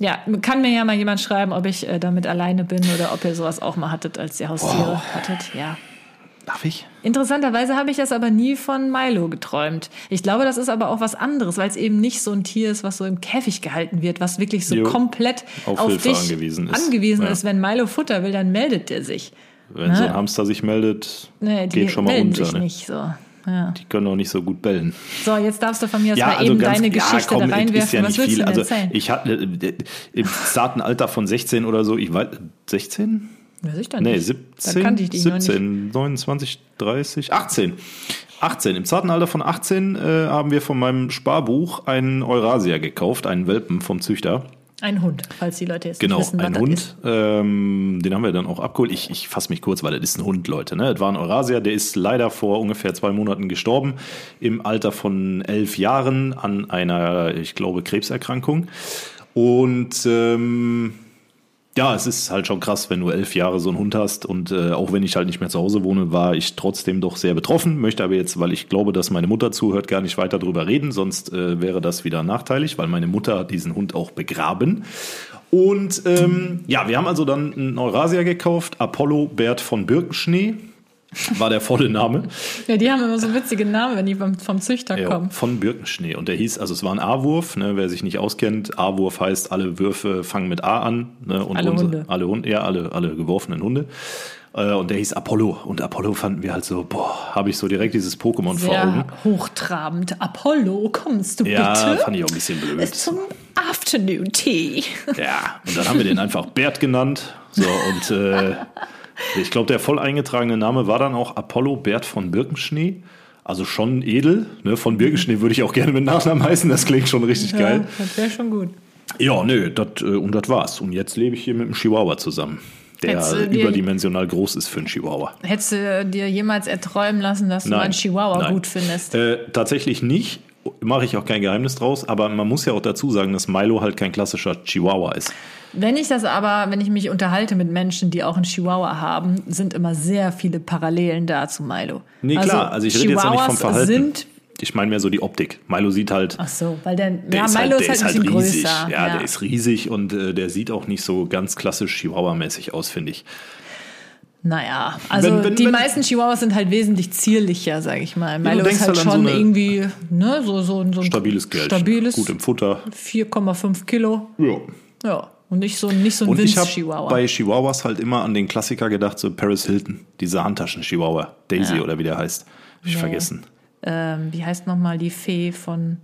Ja, kann mir ja mal jemand schreiben, ob ich äh, damit alleine bin oder ob ihr sowas auch mal hattet, als ihr Haustiere hattet. Ja. Darf ich? Interessanterweise habe ich das aber nie von Milo geträumt. Ich glaube, das ist aber auch was anderes, weil es eben nicht so ein Tier ist, was so im Käfig gehalten wird, was wirklich so Jo. komplett Auf auf, Hilfe dich angewiesen ist. angewiesen Ja. ist. Wenn Milo Futter will, dann meldet er sich. Wenn so ein Hamster sich meldet, Ne, die geht schon mal melden unter. sich ne? nicht so. Ja. Die können auch nicht so gut bellen. So, jetzt darfst du von mir aus mal eben deine Geschichte also komm, da es reinwerfen. Ist ja was nicht willst viel. du denn Also erzählen? ich hatte äh, im zarten Alter von 16 oder so, ich weiß, 16? Weiß ich doch Nee, nicht. 17, Da kannte ich dich noch nicht. 17, 29, 30, 18. 18. Im zarten Alter von 18 äh, haben wir von meinem Sparbuch einen Eurasier gekauft, einen Welpen vom Züchter. Ein Hund, falls die Leute jetzt Genau, nicht wissen, was ein das Hund. ist. Ähm, den haben wir dann auch abgeholt. Ich, ich fasse mich kurz, weil das ist ein Hund, Leute. Ne? Das war ein Eurasier, der ist leider vor ungefähr zwei Monaten gestorben, im Alter von elf Jahren an einer, ich glaube, Krebserkrankung. Und ähm, ja, es ist halt schon krass, wenn du elf Jahre so einen Hund hast. Und äh, auch wenn ich halt nicht mehr zu Hause wohne, war ich trotzdem doch sehr betroffen. Möchte aber jetzt, weil ich glaube, dass meine Mutter zuhört, gar nicht weiter drüber reden. Sonst äh, wäre das wieder nachteilig, weil meine Mutter hat diesen Hund auch begraben. Und ähm, ja, wir haben also dann einen Eurasier gekauft. Apollo Bert von Birkenschnee war der volle Name. Ja, die haben immer so witzige Namen, wenn die vom, vom Züchter Ja, kommen. Von Birkenschnee. Und der hieß, also es war ein A-Wurf, ne, wer sich nicht auskennt. A-Wurf heißt, alle Würfe fangen mit A an. Ne, und Alle unsere- Hunde. Alle Hunde, ja, alle, alle geworfenen Hunde. Äh, Und der hieß Apollo. Und Apollo fanden wir halt so, boah, habe ich so direkt dieses Pokémon vor Augen. Sehr hochtrabend. Apollo, kommst du Ja, bitte? fand ich auch ein bisschen blöd. Ist zum Afternoon Tea. Ja, und dann haben wir den einfach Bert genannt. So, und äh, ich glaube, der voll eingetragene Name war dann auch Apollo Bert von Birkenschnee. Also schon edel. Ne? Von Birkenschnee würde ich auch gerne mit Nachnamen heißen. Das klingt schon richtig geil. das wäre schon gut. Ja, nö, dat, äh, und das war's. Und jetzt lebe ich hier mit einem Chihuahua zusammen, der Hättest du dir- überdimensional groß ist für einen Chihuahua. Hättest du dir jemals erträumen lassen, dass du Nein, einen Chihuahua nein. gut findest? Äh, tatsächlich nicht. Mache ich auch kein Geheimnis draus, aber man muss ja auch dazu sagen, dass Milo halt kein klassischer Chihuahua ist. Wenn ich das aber, wenn ich mich unterhalte mit Menschen, die auch einen Chihuahua haben, sind immer sehr viele Parallelen da zu Milo. Nee, klar, also ich rede jetzt ja nicht vom Chihuahuas Verhalten. Sind, ich meine mehr so die Optik. Milo sieht halt, ach so, weil der, der ja, ist Milo halt, ist der halt ein bisschen riesig. größer. Ja, der ist riesig und äh, der sieht auch nicht so ganz klassisch Chihuahua-mäßig aus, finde ich. Naja, also Wenn- wenn- die wenn- meisten Chihuahuas sind halt wesentlich zierlicher, sag ich mal. du Milo denkst ist halt halt an so schon eine- irgendwie ne, so, so, so ein Stabiles Geld, Stabiles, gut im Futter. 4,5 Kilo. Ja. Ja, und nicht so, nicht so ein Und ich habe Winz-Chihuahua. bei Chihuahuas halt immer an den Klassiker gedacht, so Paris Hilton, dieser Handtaschen-Chihuahua, Daisy oder wie der heißt. Hab Ich vergessen. ähm, wie heißt nochmal die Fee von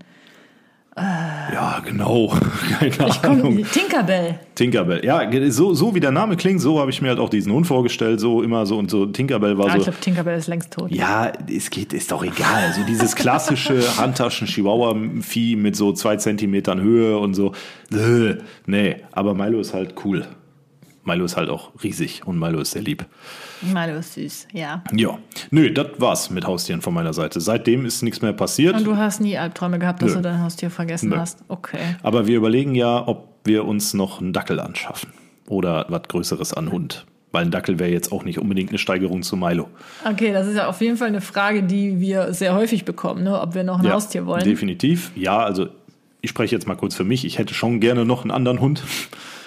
Ja, genau. Keine Ahnung. Ah. komm, Tinkerbell? Tinkerbell. Ja, ge- so, so wie der Name klingt, so habe ich mir halt auch diesen Hund vorgestellt, so immer so und so. Tinkerbell war Ah, so. ich glaube, Tinkerbell ist längst tot. Also Ja, es geht, ist doch egal. Also dieses klassische Handtaschen-Chihuahua-Vieh mit so zwei Zentimetern Höhe und so. Äh, Nee, aber Milo ist halt cool. Milo ist halt auch riesig und Milo ist sehr lieb. Milo ist süß, ja. Ja, nö, das war's mit Haustieren von meiner Seite. Seitdem ist nichts mehr passiert. Und du hast nie Albträume gehabt, dass Nö. du dein Haustier vergessen Nö. hast? Okay. Aber wir überlegen ja, ob wir uns noch einen Dackel anschaffen. Oder was Größeres an Hund. Weil ein Dackel wäre jetzt auch nicht unbedingt eine Steigerung zu Milo. Okay, das ist ja auf jeden Fall eine Frage, die wir sehr häufig bekommen, ne? ob wir noch ein Haustier wollen. Definitiv. Ja, also ich spreche jetzt mal kurz für mich. Ich hätte schon gerne noch einen anderen Hund.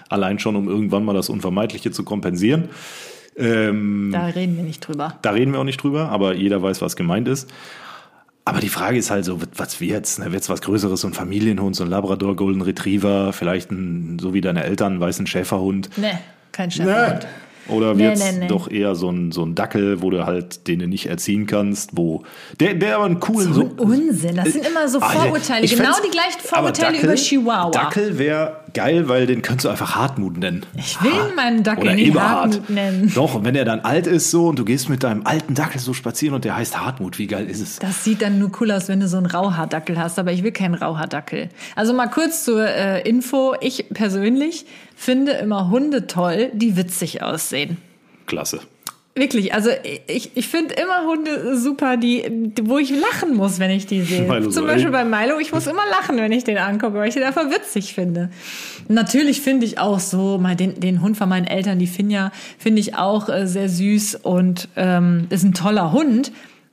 Allein schon, um irgendwann mal das Unvermeidliche zu kompensieren. Ähm, Da reden wir nicht drüber. da reden wir auch nicht drüber, aber jeder weiß, was gemeint ist. Aber die Frage ist halt so, was- was wird's? Ne? Wird's was Größeres? So ein Familienhund, so ein Labrador, Golden Retriever, vielleicht ein, so wie deine Eltern, einen weißen Schäferhund. Nee, kein Schäferhund. Oder Nee, wird's nee, nee. doch eher so ein, so ein Dackel, wo du halt den du nicht erziehen kannst, wo der, der aber einen coolen So ein Unsinn. Das sind immer so Ah, Vorurteile. ich Genau fänd's- die gleichen aber Vorurteile über Chihuahua. Dackel wäre geil, weil den könntest du einfach Hartmut nennen. Ah, Ich will meinen Dackel Oder nicht Eberhard. Hartmut nennen. Doch, und wenn er dann alt ist so und du gehst mit deinem alten Dackel so spazieren und der heißt Hartmut, wie geil ist es? Das sieht dann nur cool aus, wenn du so einen Rauhaardackel hast, aber ich will keinen Rauhaardackel. Also mal kurz zur äh, Info. Ich persönlich finde immer Hunde toll, die witzig aussehen. Klasse. Wirklich, also ich, ich finde immer Hunde super, die, wo ich lachen muss, wenn ich die sehe. Milo Zum so, Beispiel ey. bei Milo, ich muss immer lachen, wenn ich den angucke, weil ich den einfach witzig finde. Natürlich finde ich auch so, mal den, den Hund von meinen Eltern, die Finja, finde ich auch äh, sehr süß und ähm, ist ein toller Hund.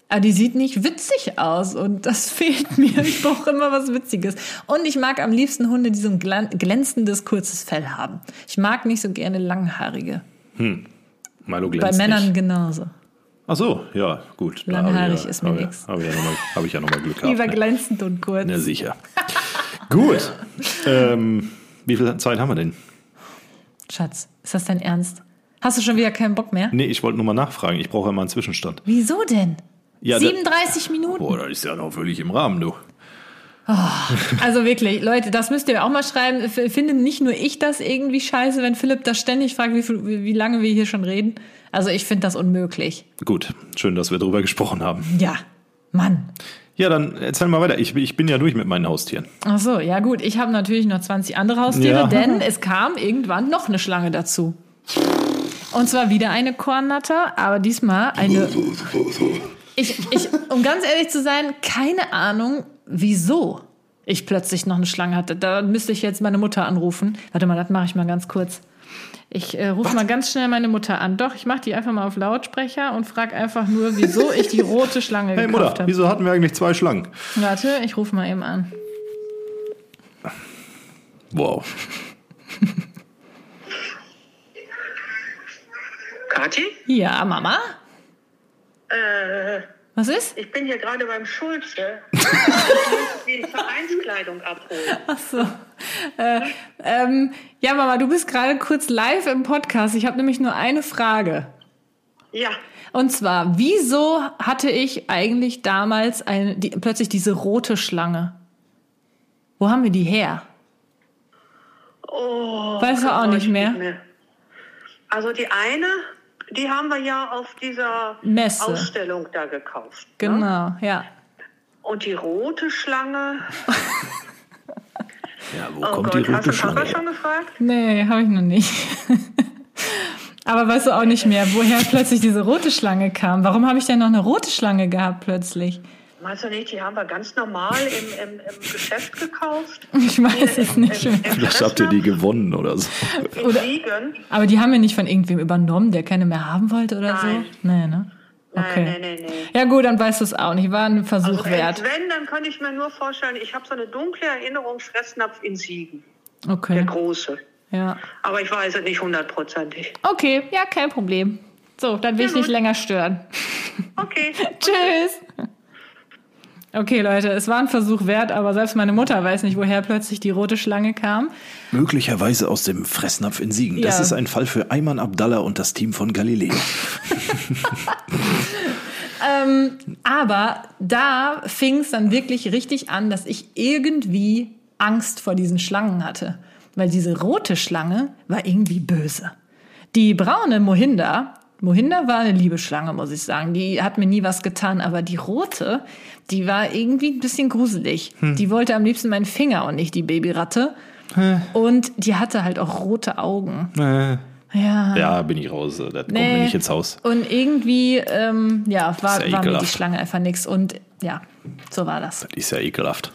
Aber die sieht nicht witzig aus und das fehlt mir. Ich brauche immer was Witziges. Und ich mag am liebsten Hunde, die so ein glan- glänzendes, kurzes Fell haben. Ich mag nicht so gerne langhaarige. Milo Bei glänzt Männern nicht. genauso. Ach so, ja, gut. Da Langhaarig hab ich ja- ist mir hab ich- nix. Hab ich ja nochmal hab ich ja noch mal Glück gehabt. Lieber ne? glänzend und kurz. Na sicher. Gut. Ähm, wie viel Zeit haben wir denn? Schatz, ist das dein Ernst? Hast du schon wieder keinen Bock mehr? Nee, ich wollte nur mal nachfragen. Ich brauche ja mal einen Zwischenstand. Wieso denn? Ja, da- 37 Minuten. Boah, das ist ja noch völlig im Rahmen, du. Also wirklich, Leute, das müsst ihr mir auch mal schreiben. F- Finde nicht nur ich das irgendwie scheiße, wenn Philipp das ständig fragt, wie, viel, wie wie lange wir hier schon reden. Also ich finde das unmöglich. Gut, schön, dass wir drüber gesprochen haben. Ja, Mann. Ja, dann erzähl mal weiter. Ich, ich bin ja durch mit meinen Haustieren. Ach so, ja gut, ich habe natürlich noch 20 andere Haustiere, Ja. denn es kam irgendwann noch eine Schlange dazu. Und zwar wieder eine Kornnatter, aber diesmal eine Ich, ich, um ganz ehrlich zu sein, keine Ahnung, wieso ich plötzlich noch eine Schlange hatte. Da müsste ich jetzt meine Mutter anrufen. Warte mal, das mache ich mal ganz kurz. Ich äh, rufe mal ganz schnell meine Mutter an. Doch, ich mache die einfach mal auf Lautsprecher und frage einfach nur, wieso ich die rote Schlange Hey gekauft Mutter, habe. wieso hatten wir eigentlich zwei Schlangen? Warte, ich rufe mal eben an. Wow. Kathi? Ja, Mama? Äh, Was ist? ich bin hier gerade beim Schulze. Ich muss die Vereinskleidung abholen. So. Äh, ähm, ja, Mama, du bist gerade kurz live im Podcast. Ich habe nämlich nur eine Frage. Ja, Und zwar, wieso hatte ich eigentlich damals eine, die, plötzlich diese rote Schlange? Wo haben wir die her? Oh, Weißt du auch Gott, nicht mehr? Also die eine, die haben wir ja auf dieser Messe. Ausstellung da gekauft. ne? Genau, ja. Und die rote Schlange. Ja, wo Oh kommt Gott, die hast rote du Papa Schlange? schon her? gefragt? Nee, habe ich noch nicht. Aber weißt du auch nicht mehr, woher plötzlich diese rote Schlange kam. Warum habe ich denn noch eine rote Schlange gehabt plötzlich? Meinst du nicht, die haben wir ganz normal im, im, im Geschäft gekauft? Ich weiß es nicht Im- im mehr. Vielleicht habt ihr die gewonnen oder so. In oder- Siegen? Aber die haben wir nicht von irgendwem übernommen, der keine mehr haben wollte oder Nein. so? Nee, ne? Nein, Okay. nein, nein, nein. Ja gut, dann weißt du es auch nicht. War ein Versuch Also wert. wenn, wenn, dann könnte ich mir nur vorstellen, ich habe so eine dunkle Erinnerung, Fressnapf in Siegen, der Okay. große. Ja. Aber ich weiß es nicht hundertprozentig. Okay, ja, kein Problem. So, dann will ich nicht länger stören. Okay. Tschüss. Okay, Leute, es war ein Versuch wert, aber selbst meine Mutter weiß nicht, woher plötzlich die rote Schlange kam. Möglicherweise aus dem Fressnapf in Siegen. Das Ja. ist ein Fall für Ayman Abdallah und das Team von Galileo. Ähm, aber da fing es dann wirklich richtig an, dass ich irgendwie Angst vor diesen Schlangen hatte. Weil diese rote Schlange war irgendwie böse. Die braune Mohinder, Mohinder war eine liebe Schlange, muss ich sagen. Die hat mir nie was getan, aber die rote, die war irgendwie ein bisschen gruselig. Die wollte am liebsten meinen Finger und nicht die Babyratte. Und die hatte halt auch rote Augen. Ja. Ja, bin ich raus. Das kommt Nee. mir nicht ins Haus. Und irgendwie, ähm, ja, ja war, war mir die ekelhaft. Schlange einfach nix. Und ja, so war das. Ist ja ekelhaft.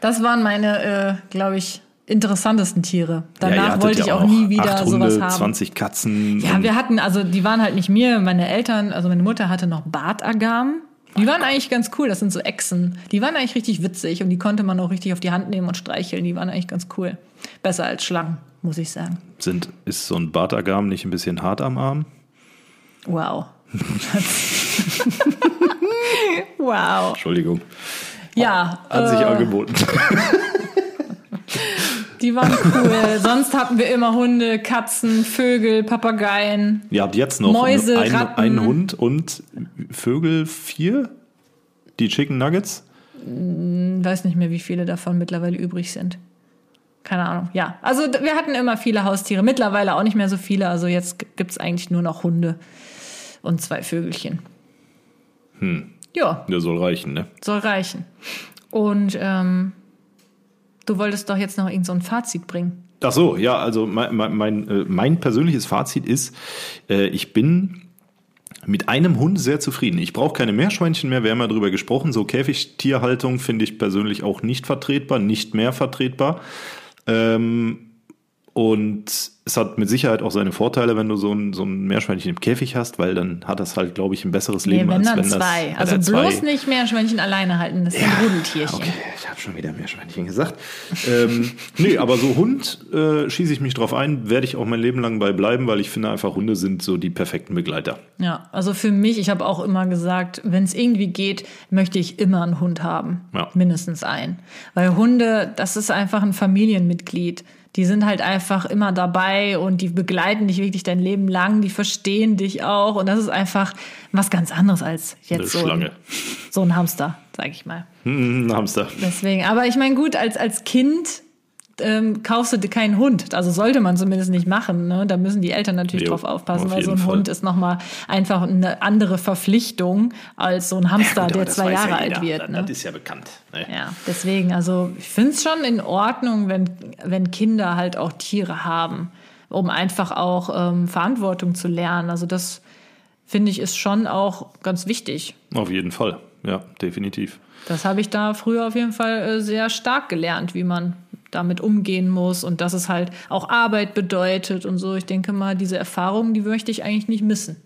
Das waren meine, äh, glaube ich, interessantesten Tiere. ja, ihr Danach hattet wollte ich ja auch nie noch wieder acht sowas Hunde, haben. 20 Katzen. ja, und- wir hatten, also die waren halt nicht mir, meine Eltern, also meine Mutter hatte noch Bartagamen. Die waren eigentlich ganz cool, das sind so Echsen. Die waren eigentlich richtig witzig und die konnte man auch richtig auf die Hand nehmen und streicheln. Die waren eigentlich ganz cool. Besser als Schlangen, muss ich sagen. sind, ist so ein Bartagam nicht ein bisschen hart am Arm? Wow. wow. Entschuldigung. Ja. äh, Hat sich angeboten. Die waren cool. Sonst hatten wir immer Hunde, Katzen, Vögel, Papageien. Ihr habt jetzt noch Mäuse, ein- Ratten. einen Hund und Vögel vier? Die Chicken Nuggets? Ich weiß nicht mehr, wie viele davon mittlerweile übrig sind. Keine Ahnung. Ja, also d- wir hatten immer viele Haustiere. Mittlerweile auch nicht mehr so viele. Also jetzt g- gibt's eigentlich nur noch Hunde und zwei Vögelchen. Hm. Hm. Ja, Der soll reichen, ne? soll reichen. Und ähm, du wolltest doch jetzt noch irgend so ein Fazit bringen. Ach so, ja, also mein, mein, mein, äh, mein persönliches Fazit ist, äh, ich bin mit einem Hund sehr zufrieden. Ich brauche keine Meerschweinchen mehr, wir haben ja drüber gesprochen. So Käfigtierhaltung finde ich persönlich auch nicht vertretbar, nicht mehr vertretbar. Ähm, Und es hat mit Sicherheit auch seine Vorteile, wenn du so ein, so ein Meerschweinchen im Käfig hast, weil dann hat das halt, glaube ich, ein besseres Nee, Leben wenn als dann wenn zwei. das. also wenn dann bloß zwei- nicht Meerschweinchen alleine halten. Das sind Rudeltierchen. Okay, ich habe schon wieder Meerschweinchen gesagt. ähm, nee, aber so Hund äh, schieße ich mich drauf ein, werde ich auch mein Leben lang bei bleiben, weil ich finde einfach, Hunde sind so die perfekten Begleiter. Ja, also für mich, ich habe auch immer gesagt, wenn es irgendwie geht, möchte ich immer einen Hund haben. Ja. Mindestens einen. Weil Hunde, das ist einfach ein Familienmitglied. Die sind halt einfach immer dabei und die begleiten dich wirklich dein Leben lang, die verstehen dich auch und das ist einfach was ganz anderes als Eine jetzt so ein, Schlange. so ein Hamster, sag ich mal. Hm, ein Hamster. Deswegen, aber ich meine, gut, als, als Kind ähm, kaufst du dir keinen Hund. Also sollte man zumindest nicht machen. Ne? Da müssen die Eltern natürlich Jo, drauf aufpassen, auf weil so ein jeden Fall. Hund ist nochmal einfach eine andere Verpflichtung als so ein Hamster, Gut, aber der das zwei weiß Jahre ja alt jeder. wird. Das, Ne? das ist ja bekannt. Ne? Ja, deswegen, also ich finde es schon in Ordnung, wenn, wenn Kinder halt auch Tiere haben, um einfach auch ähm, Verantwortung zu lernen. Also das finde ich ist schon auch ganz wichtig. Auf jeden Fall. Ja, definitiv. Das habe ich da früher auf jeden Fall äh, sehr stark gelernt, wie man damit umgehen muss und dass es halt auch Arbeit bedeutet und so. Ich denke mal, diese Erfahrungen, die möchte ich eigentlich nicht missen.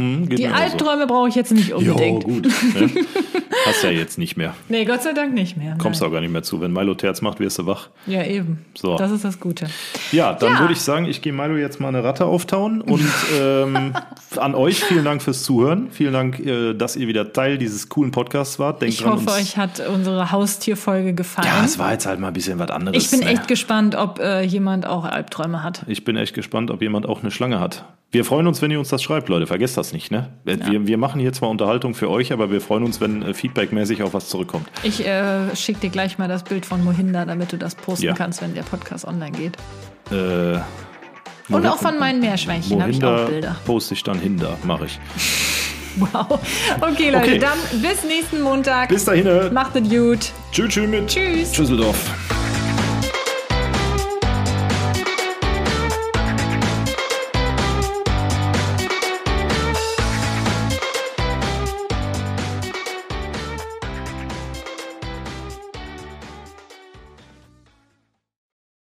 Hm, geht Die mir auch so. Albträume brauche ich jetzt nicht Jo, unbedingt. gut. Ne? Hast ja jetzt nicht mehr. Nee, Gott sei Dank nicht mehr. Kommst auch gar nicht mehr zu. Wenn Milo Terz macht, wirst du wach. Nein. Ja, eben. So. Das ist das Gute. Ja, dann Ja. würde ich sagen, ich gehe Milo jetzt mal eine Ratte auftauen und ähm, an euch vielen Dank fürs Zuhören. Vielen Dank, äh, dass ihr wieder Teil dieses coolen Podcasts wart. Denkt Ich dran, hoffe, uns euch hat unsere Haustierfolge gefallen. Ja, es war jetzt halt mal ein bisschen was anderes. ich bin ne? echt gespannt, ob äh, jemand auch Albträume hat. ich bin echt gespannt, ob jemand auch eine Schlange hat. Wir freuen uns, wenn ihr uns das schreibt, Leute. Vergesst das nicht, ne? Wir, wir machen hier zwar Unterhaltung für euch, aber wir freuen uns, wenn äh, feedbackmäßig auch was zurückkommt. Ich äh, schicke dir gleich mal das Bild von Mohinder, damit du das posten Ja. kannst, wenn der Podcast online geht. Äh, Und auch von meinen Meerschweinchen habe ich auch Mohinder Bilder. poste ich dann hinder, mache ich. Wow. Okay, Leute, Okay. dann bis nächsten Montag. Bis dahin, äh, Macht es gut. tschüss, tschüss mit Tschüss. Schüsseldorf.